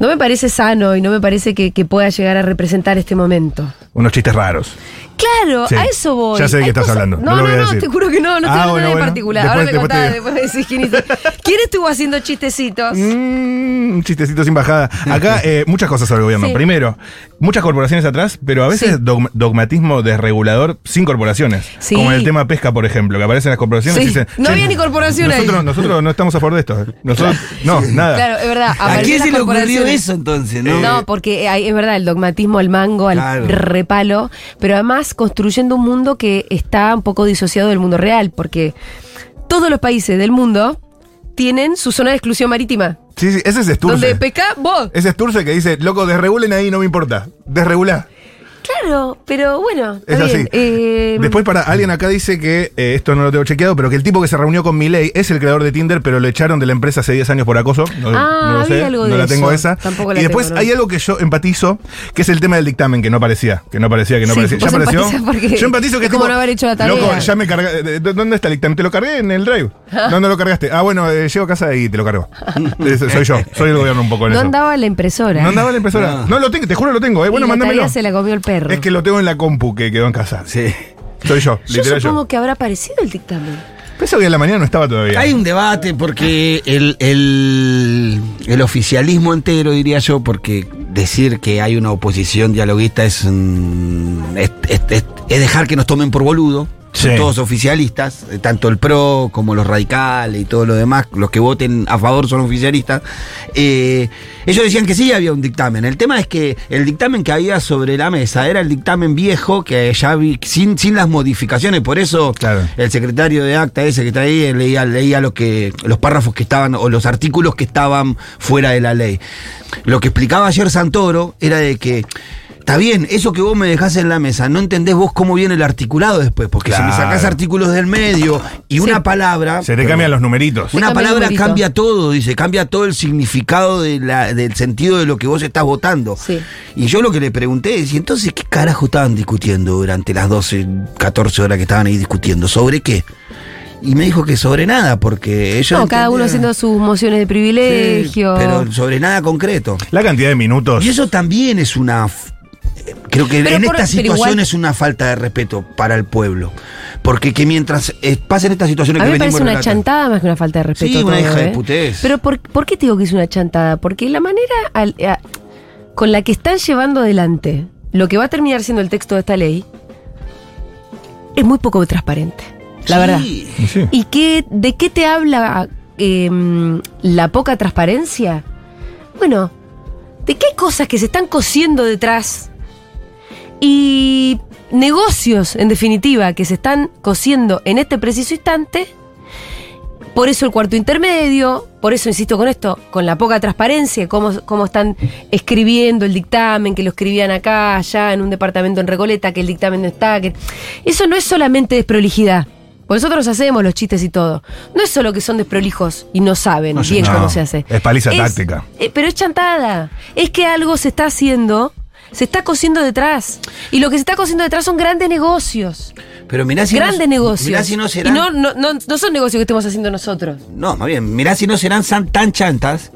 Speaker 1: No me parece sano y no me parece que, que pueda llegar a representar este momento.
Speaker 3: Unos chistes raros.
Speaker 1: Claro,
Speaker 3: Sí,
Speaker 1: a eso voy.
Speaker 3: ya sé de qué
Speaker 1: Hay
Speaker 3: estás
Speaker 1: cosas-
Speaker 3: hablando,
Speaker 1: No,
Speaker 3: no lo
Speaker 1: no,
Speaker 3: voy a
Speaker 1: no,
Speaker 3: decir.
Speaker 1: te juro que no, no
Speaker 3: Ah,
Speaker 1: estoy hablando
Speaker 3: bueno,
Speaker 1: de nadie
Speaker 3: bueno,
Speaker 1: en particular.
Speaker 3: después-
Speaker 1: Ahora me
Speaker 3: después te
Speaker 1: contás,
Speaker 3: digo.
Speaker 1: después me decís quién hizo. ¿Quién estuvo haciendo chistecitos?
Speaker 3: Un Mm, chistecito sin bajada. Acá eh, muchas cosas sobre el gobierno.
Speaker 1: Sí.
Speaker 3: Primero, muchas corporaciones atrás, pero a veces
Speaker 1: Sí.
Speaker 3: dogm- dogmatismo desregulador sin corporaciones.
Speaker 1: Sí.
Speaker 3: Como en el tema pesca, por ejemplo, que aparecen las corporaciones
Speaker 1: Sí.
Speaker 3: y dicen.
Speaker 1: No
Speaker 3: "Che,
Speaker 1: había ni corporación ahí".
Speaker 3: nosotros, Nosotros no estamos a favor de esto. Nosotros, no, nada.
Speaker 1: Claro, es verdad.
Speaker 4: ¿A
Speaker 1: aparecen
Speaker 4: quién se
Speaker 1: las
Speaker 4: le ocurrió
Speaker 1: corporaciones.
Speaker 4: eso entonces? No,
Speaker 1: No, porque hay- es verdad, el dogmatismo al mango, al
Speaker 4: Claro.
Speaker 1: repalo, pero además construyendo un mundo que está un poco disociado del mundo real, porque todos los países del mundo tienen su zona de exclusión marítima.
Speaker 3: Sí, sí, ese es
Speaker 1: Donde
Speaker 3: Sturce.
Speaker 1: pesca vos.
Speaker 3: Ese es Sturce que dice, loco, desregulen ahí, no me importa. Desregulá.
Speaker 1: Claro, pero bueno.
Speaker 3: Es
Speaker 1: está
Speaker 3: así.
Speaker 1: bien. Eh,
Speaker 3: Después, para alguien acá dice que, eh, esto no lo tengo chequeado, pero que el tipo que se reunió con Milei es el creador de Tinder, pero lo echaron de la empresa hace 10 años por acoso. No,
Speaker 1: Ah,
Speaker 3: no lo
Speaker 1: había
Speaker 3: sé,
Speaker 1: algo
Speaker 3: no
Speaker 1: de
Speaker 3: la tengo
Speaker 1: eso.
Speaker 3: esa.
Speaker 1: Tampoco la
Speaker 3: y después
Speaker 1: tengo, ¿no?
Speaker 3: hay algo que yo empatizo, que es el tema del dictamen, que no aparecía, que no aparecía, que no
Speaker 1: Sí,
Speaker 3: aparecía. ¿Ya
Speaker 1: vos
Speaker 3: apareció?
Speaker 1: empatizás porque
Speaker 3: yo empatizo que
Speaker 1: es como no haber hecho la tarea.
Speaker 3: Loco, ya me carga- eh, eh, ¿Dónde está el dictamen? Te lo cargué en el drive. ¿Dónde lo cargaste? Ah, bueno, eh, llego a casa y te lo cargo. Eh, soy yo, soy el gobierno un poco en
Speaker 1: no
Speaker 3: eso.
Speaker 1: andaba la impresora. eh.
Speaker 3: No andaba la impresora. No. lo tengo, te juro lo tengo. Eh. Bueno,
Speaker 1: y la
Speaker 3: mándamelo.
Speaker 1: tarea se la comió el perro.
Speaker 3: Es que lo tengo en la compu que quedó en casa. Sí. Soy yo,
Speaker 1: yo
Speaker 3: literal
Speaker 1: supongo
Speaker 3: yo.
Speaker 1: que habrá aparecido el dictamen.
Speaker 3: Pensé que en la mañana no estaba todavía.
Speaker 4: Hay un debate porque el, el- el oficialismo entero, diría yo, porque decir que hay una oposición dialoguista es, mm, es, es- es- es dejar que nos tomen por boludo. Son
Speaker 3: Sí.
Speaker 4: todos oficialistas, eh, tanto el PRO como los radicales y todo lo demás, los que voten a favor son oficialistas. Eh, ellos decían que sí había un dictamen. El tema es que el dictamen que había sobre la mesa era el dictamen viejo que ya vi, sin, sin las modificaciones, por eso el secretario de acta ese que está ahí leía, leía lo que, los párrafos que estaban o los artículos que estaban fuera de la ley. Lo que explicaba ayer Santoro era de que Está bien, eso que vos me dejás en la mesa, no entendés vos cómo viene el articulado después, porque si me
Speaker 3: Claro.
Speaker 4: sacás artículos del medio y una palabra...
Speaker 3: Se te cambian los numeritos.
Speaker 4: Una palabra cambia todo, dice, cambia todo el significado de la- del sentido de lo que vos estás votando. Y yo lo que le pregunté es, ¿y entonces qué carajo estaban discutiendo durante las 12, 14 horas que estaban ahí discutiendo? ¿Sobre qué? Y me dijo que sobre nada, porque ellos...
Speaker 1: no, cada uno haciendo sus mociones de privilegio.
Speaker 4: Pero sobre nada concreto.
Speaker 3: La cantidad de minutos.
Speaker 4: Y eso también es una... f- eh, Creo que
Speaker 1: Pero
Speaker 4: en
Speaker 1: por-
Speaker 4: esta
Speaker 1: pero
Speaker 4: situación
Speaker 1: igual-
Speaker 4: es una falta de respeto para el pueblo. Porque que mientras eh, pasen estas situaciones
Speaker 1: a mí
Speaker 4: que
Speaker 1: me
Speaker 4: venimos
Speaker 1: parece una
Speaker 4: relatando-
Speaker 1: chantada más que una falta de respeto.
Speaker 4: Sí, una
Speaker 1: todo,
Speaker 4: hija de
Speaker 1: ¿eh?
Speaker 4: putés.
Speaker 1: Pero por, ¿por qué te digo que es una chantada? Porque la manera al- a- con la que están llevando adelante lo que va a terminar siendo el texto de esta ley es muy poco transparente, la
Speaker 2: Sí.
Speaker 1: verdad.
Speaker 3: Sí.
Speaker 1: ¿Y qué, de qué te habla em, la poca transparencia? Bueno, de qué hay cosas que se están cosiendo detrás y negocios, en definitiva, que se están cosiendo en este preciso instante. Por eso el cuarto intermedio, por eso insisto con esto, con la poca transparencia, cómo, cómo están escribiendo el dictamen, que lo escribían acá, allá, en un departamento en Recoleta, que el dictamen no está. que- Eso no es solamente desprolijidad. Porque nosotros hacemos los chistes y todo. No es solo que son desprolijos y no saben
Speaker 3: No sé,
Speaker 1: bien
Speaker 3: no.
Speaker 1: cómo se hace.
Speaker 3: Es paliza táctica.
Speaker 1: eh, pero es chantada. Es que algo se está haciendo, se está cosiendo detrás. Y lo que se está cosiendo detrás son grandes negocios.
Speaker 4: Pero mirá si
Speaker 1: grandes
Speaker 4: no,
Speaker 1: negocios.
Speaker 4: Mirá si no serán.
Speaker 1: Y
Speaker 4: no,
Speaker 1: no, no, no, no son negocios que estemos haciendo nosotros.
Speaker 4: más bien, mirá si no serán san- tan chantas.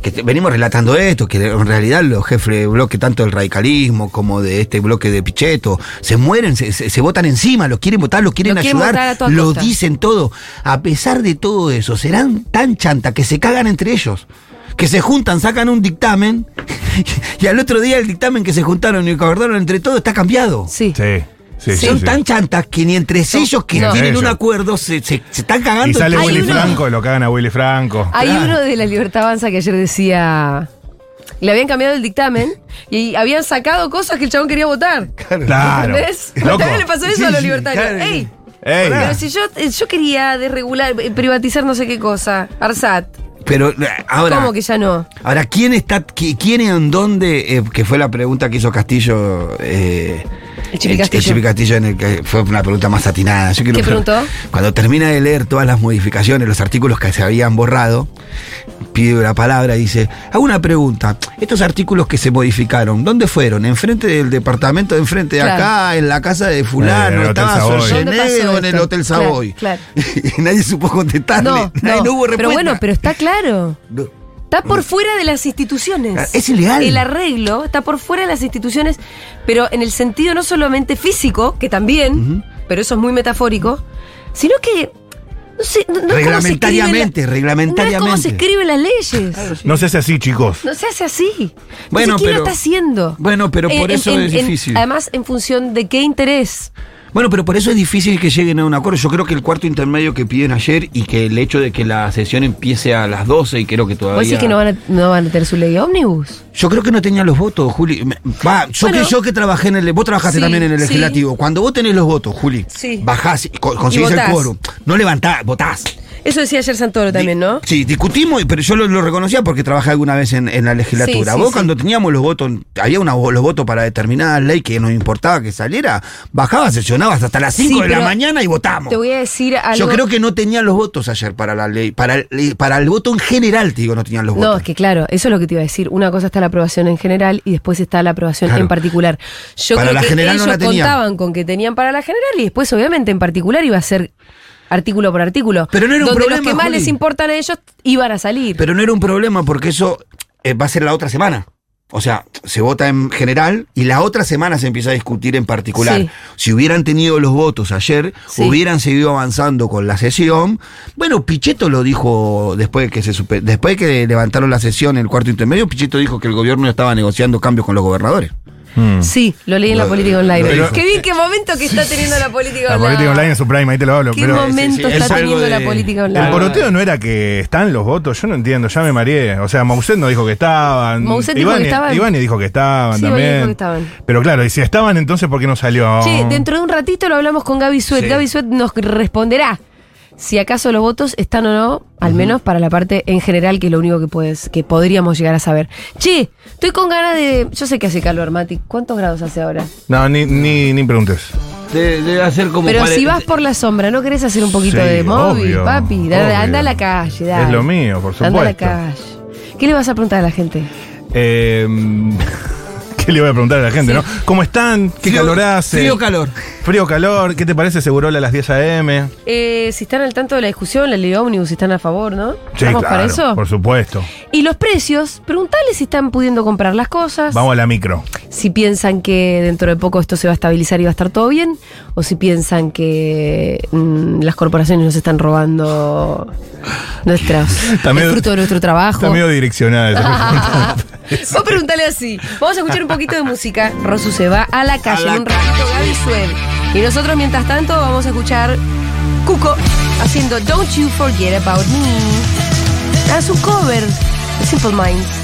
Speaker 4: Que te- venimos relatando esto, que en realidad los jefes de bloque, tanto del radicalismo como de este bloque de Pichetto, se mueren, se, se- se votan encima, los quieren votar, los quieren
Speaker 1: Los quieren votar a
Speaker 4: ayudar,
Speaker 1: toda
Speaker 4: los
Speaker 1: costa.
Speaker 4: dicen todo. A pesar de todo eso, serán tan chantas que se cagan entre ellos. Que se juntan, sacan un dictamen y al otro día el dictamen que se juntaron y acordaron entre todos está cambiado.
Speaker 1: Sí.
Speaker 3: Sí. Sí, sí,
Speaker 4: Son
Speaker 3: sí.
Speaker 4: tan chantas que ni entre ellos que
Speaker 3: No.
Speaker 4: tienen
Speaker 3: Ellos.
Speaker 4: un acuerdo se, se- se están cagando.
Speaker 3: Y sale
Speaker 4: entre
Speaker 3: Willy
Speaker 4: ellos.
Speaker 3: Franco, lo cagan a Willy Franco.
Speaker 1: Hay uno de la Libertad Avanza que ayer decía. Le habían cambiado el dictamen y habían sacado cosas que el chabón quería votar.
Speaker 3: Claro.
Speaker 1: ¿Entendés?
Speaker 3: Loco.
Speaker 1: También le pasó eso
Speaker 2: Sí,
Speaker 1: a los
Speaker 2: sí,
Speaker 1: libertarios.
Speaker 2: claro.
Speaker 1: ¡Ey!
Speaker 3: Ey.
Speaker 1: Pero si yo, eh, yo quería desregular, eh, privatizar no sé qué cosa, Arsat,
Speaker 4: Pero eh, ahora,
Speaker 1: ¿cómo que ya no?
Speaker 4: ahora ¿quién está, qui- quién en dónde? eh, que fue la pregunta que hizo Castillo. eh,
Speaker 1: El Chipi Castillo.
Speaker 4: el Chipi Castillo en el que fue una pregunta más atinada. Yo quiero
Speaker 1: ¿Qué
Speaker 4: pre-
Speaker 1: preguntó?
Speaker 4: Cuando termina de leer todas las modificaciones, los artículos que se habían borrado, pide la palabra y dice, hago una pregunta, estos artículos que se modificaron, ¿dónde fueron? ¿Enfrente del departamento de enfrente de
Speaker 1: Claro.
Speaker 4: acá, en la casa de
Speaker 3: En el
Speaker 4: fulano,
Speaker 3: Hotel
Speaker 4: estaba
Speaker 3: Savoy.
Speaker 1: ¿Dónde
Speaker 4: Sorgené
Speaker 1: pasó
Speaker 4: o en el
Speaker 1: esto?
Speaker 4: Hotel
Speaker 1: Claro,
Speaker 4: Savoy?
Speaker 1: claro.
Speaker 4: Y nadie supo contestarle,
Speaker 1: No,
Speaker 4: nadie- no, hubo
Speaker 1: pero
Speaker 4: respuesta.
Speaker 1: bueno, pero está claro.
Speaker 4: No.
Speaker 1: Está por fuera de las instituciones.
Speaker 4: Mm. Ah, Es ilegal.
Speaker 1: El arreglo está por fuera de las instituciones, pero en el sentido no solamente físico, que también, pero eso es muy metafórico, sino que. No sé, no- no es cómo se
Speaker 4: reglamentariamente,
Speaker 1: escriben la-
Speaker 4: reglamentariamente.
Speaker 1: No es como se escriben las leyes.
Speaker 3: No se hace así, chicos.
Speaker 1: No se hace así.
Speaker 4: Bueno,
Speaker 1: Bueno, ¿quién
Speaker 4: pero-
Speaker 1: lo está haciendo?
Speaker 4: Bueno, pero
Speaker 1: Eh,
Speaker 4: por
Speaker 1: en-
Speaker 4: eso
Speaker 1: en-
Speaker 4: es
Speaker 1: en-
Speaker 4: difícil.
Speaker 1: además, en función de qué interés.
Speaker 4: Bueno, pero por eso es difícil que lleguen a un acuerdo. Yo creo que el cuarto intermedio que piden ayer y que el hecho de que la sesión empiece a las 12 y creo que todavía...
Speaker 1: ¿Vos decís que no van, a, no van a tener su ley ómnibus?
Speaker 4: Yo creo que no tenían los votos, Juli. Me- Va, yo,
Speaker 1: Bueno.
Speaker 4: que, yo que trabajé en el... Vos trabajaste
Speaker 1: Sí,
Speaker 4: también en el
Speaker 1: sí.
Speaker 4: legislativo. Cuando vos tenés los votos, Juli,
Speaker 1: Sí.
Speaker 4: bajás, y co- conseguís
Speaker 1: Y
Speaker 4: el
Speaker 1: votás.
Speaker 4: quórum. No levantás, votás.
Speaker 1: Eso decía ayer Santoro también, ¿no?
Speaker 4: Sí, discutimos, pero yo lo, lo reconocía porque trabajé alguna vez en, en la legislatura.
Speaker 1: Sí, sí,
Speaker 4: Vos
Speaker 1: sí.
Speaker 4: cuando teníamos los votos, había una, los votos para determinada ley que nos importaba que saliera, bajabas, sesionabas hasta las 5
Speaker 1: Sí,
Speaker 4: de la
Speaker 1: pero
Speaker 4: mañana y votamos.
Speaker 1: Te voy a decir algo.
Speaker 4: Yo creo que no tenían los votos ayer para la ley, para el, eh, para el voto en general, te digo, no tenían los
Speaker 1: No,
Speaker 4: votos.
Speaker 1: es que claro, eso es lo que te iba a decir. Una cosa está la aprobación en general y después está la aprobación
Speaker 4: Claro.
Speaker 1: en particular. Yo
Speaker 4: Para
Speaker 1: creo
Speaker 4: la
Speaker 1: que
Speaker 4: general no
Speaker 1: ellos
Speaker 4: la tenían.
Speaker 1: contaban con que tenían para la general y después, obviamente, en particular iba a ser artículo por artículo.
Speaker 4: Pero no era un
Speaker 1: donde
Speaker 4: problema,
Speaker 1: los que más
Speaker 4: Juli.
Speaker 1: les importan a ellos iban a salir.
Speaker 4: Pero no era un problema porque eso eh, va a ser la otra semana. O sea, se vota en general y la otra semana se empieza a discutir en particular.
Speaker 1: Sí.
Speaker 4: Si hubieran tenido los votos ayer,
Speaker 1: Sí.
Speaker 4: hubieran seguido avanzando con la sesión. Bueno, Pichetto lo dijo después que se supe- después que levantaron la sesión en el cuarto intermedio, Pichetto dijo que el gobierno estaba negociando cambios con los gobernadores.
Speaker 3: Mm.
Speaker 1: Sí, lo leí en la
Speaker 4: Lo-
Speaker 1: política online.
Speaker 4: lo dijo.
Speaker 1: qué bien, qué momento que está teniendo la política
Speaker 3: La
Speaker 1: online.
Speaker 3: política online en su prime, ahí te lo hablo.
Speaker 1: Qué
Speaker 3: pero-
Speaker 1: momento
Speaker 3: Sí, sí, sí.
Speaker 1: está
Speaker 3: El-
Speaker 1: teniendo
Speaker 4: algo
Speaker 1: la
Speaker 4: de-
Speaker 1: política
Speaker 3: El
Speaker 1: online.
Speaker 3: poroteo no era que están los votos, yo no entiendo, ya me mareé. O sea, Mousset no dijo que estaban.
Speaker 1: Mousset dijo
Speaker 3: Ivani,
Speaker 1: que estaban.
Speaker 3: Ivani dijo que estaban
Speaker 1: Sí, Ivani
Speaker 3: también.
Speaker 1: dijo que estaban.
Speaker 3: Pero claro, y si estaban, entonces ¿por qué no salió?
Speaker 1: Che, dentro de un ratito lo hablamos con Gaby Suet.
Speaker 3: Sí.
Speaker 1: Gaby Suet nos responderá si acaso los votos están o no, al menos para la parte en general, que es lo único que puedes, que podríamos llegar a saber. Che, estoy con ganas de. Yo sé que hace calor, Mati. ¿Cuántos grados hace ahora?
Speaker 3: No, ni, ni, ni preguntes.
Speaker 4: Debe hacer como
Speaker 1: Pero si vas por la sombra, ¿no querés hacer un poquito
Speaker 3: Sí,
Speaker 1: de móvil,
Speaker 3: obvio,
Speaker 1: papi? Dale,
Speaker 3: obvio.
Speaker 1: Anda a la calle, dale.
Speaker 3: Es lo mío, por
Speaker 1: Anda a la
Speaker 3: supuesto.
Speaker 1: calle. ¿Qué le vas a preguntar a la gente?
Speaker 3: Eh, ¿Qué le voy a preguntar a la gente, no? ¿Cómo están? ¿Qué
Speaker 4: Frío-
Speaker 3: calor hace?
Speaker 4: frío, calor.
Speaker 3: Frío, calor. ¿Qué te parece Segurola a las 10 a.m.?
Speaker 1: Eh, si están al tanto de la discusión, la ley ómnibus, si están a favor, ¿no?
Speaker 3: Sí,
Speaker 1: ¿Estamos
Speaker 3: claro,
Speaker 1: para eso?
Speaker 3: Por supuesto.
Speaker 1: Y los precios, preguntale si están pudiendo comprar las cosas.
Speaker 3: Vamos a la micro.
Speaker 1: Si piensan que dentro de poco esto se va a estabilizar y va a estar todo bien. O si piensan que mm, las corporaciones nos están robando nuestras,
Speaker 3: Está medio-
Speaker 1: el fruto de nuestro trabajo.
Speaker 3: Está medio direccionada esa pregunta.
Speaker 1: Vos preguntale así. Vamos a escuchar un poquito de música. Rosu se va a la calle en un ratito, Gaby Sueb. Y nosotros, mientras tanto, vamos a escuchar Cuco haciendo Don't You Forget About Me. Es un cover de Simple Minds.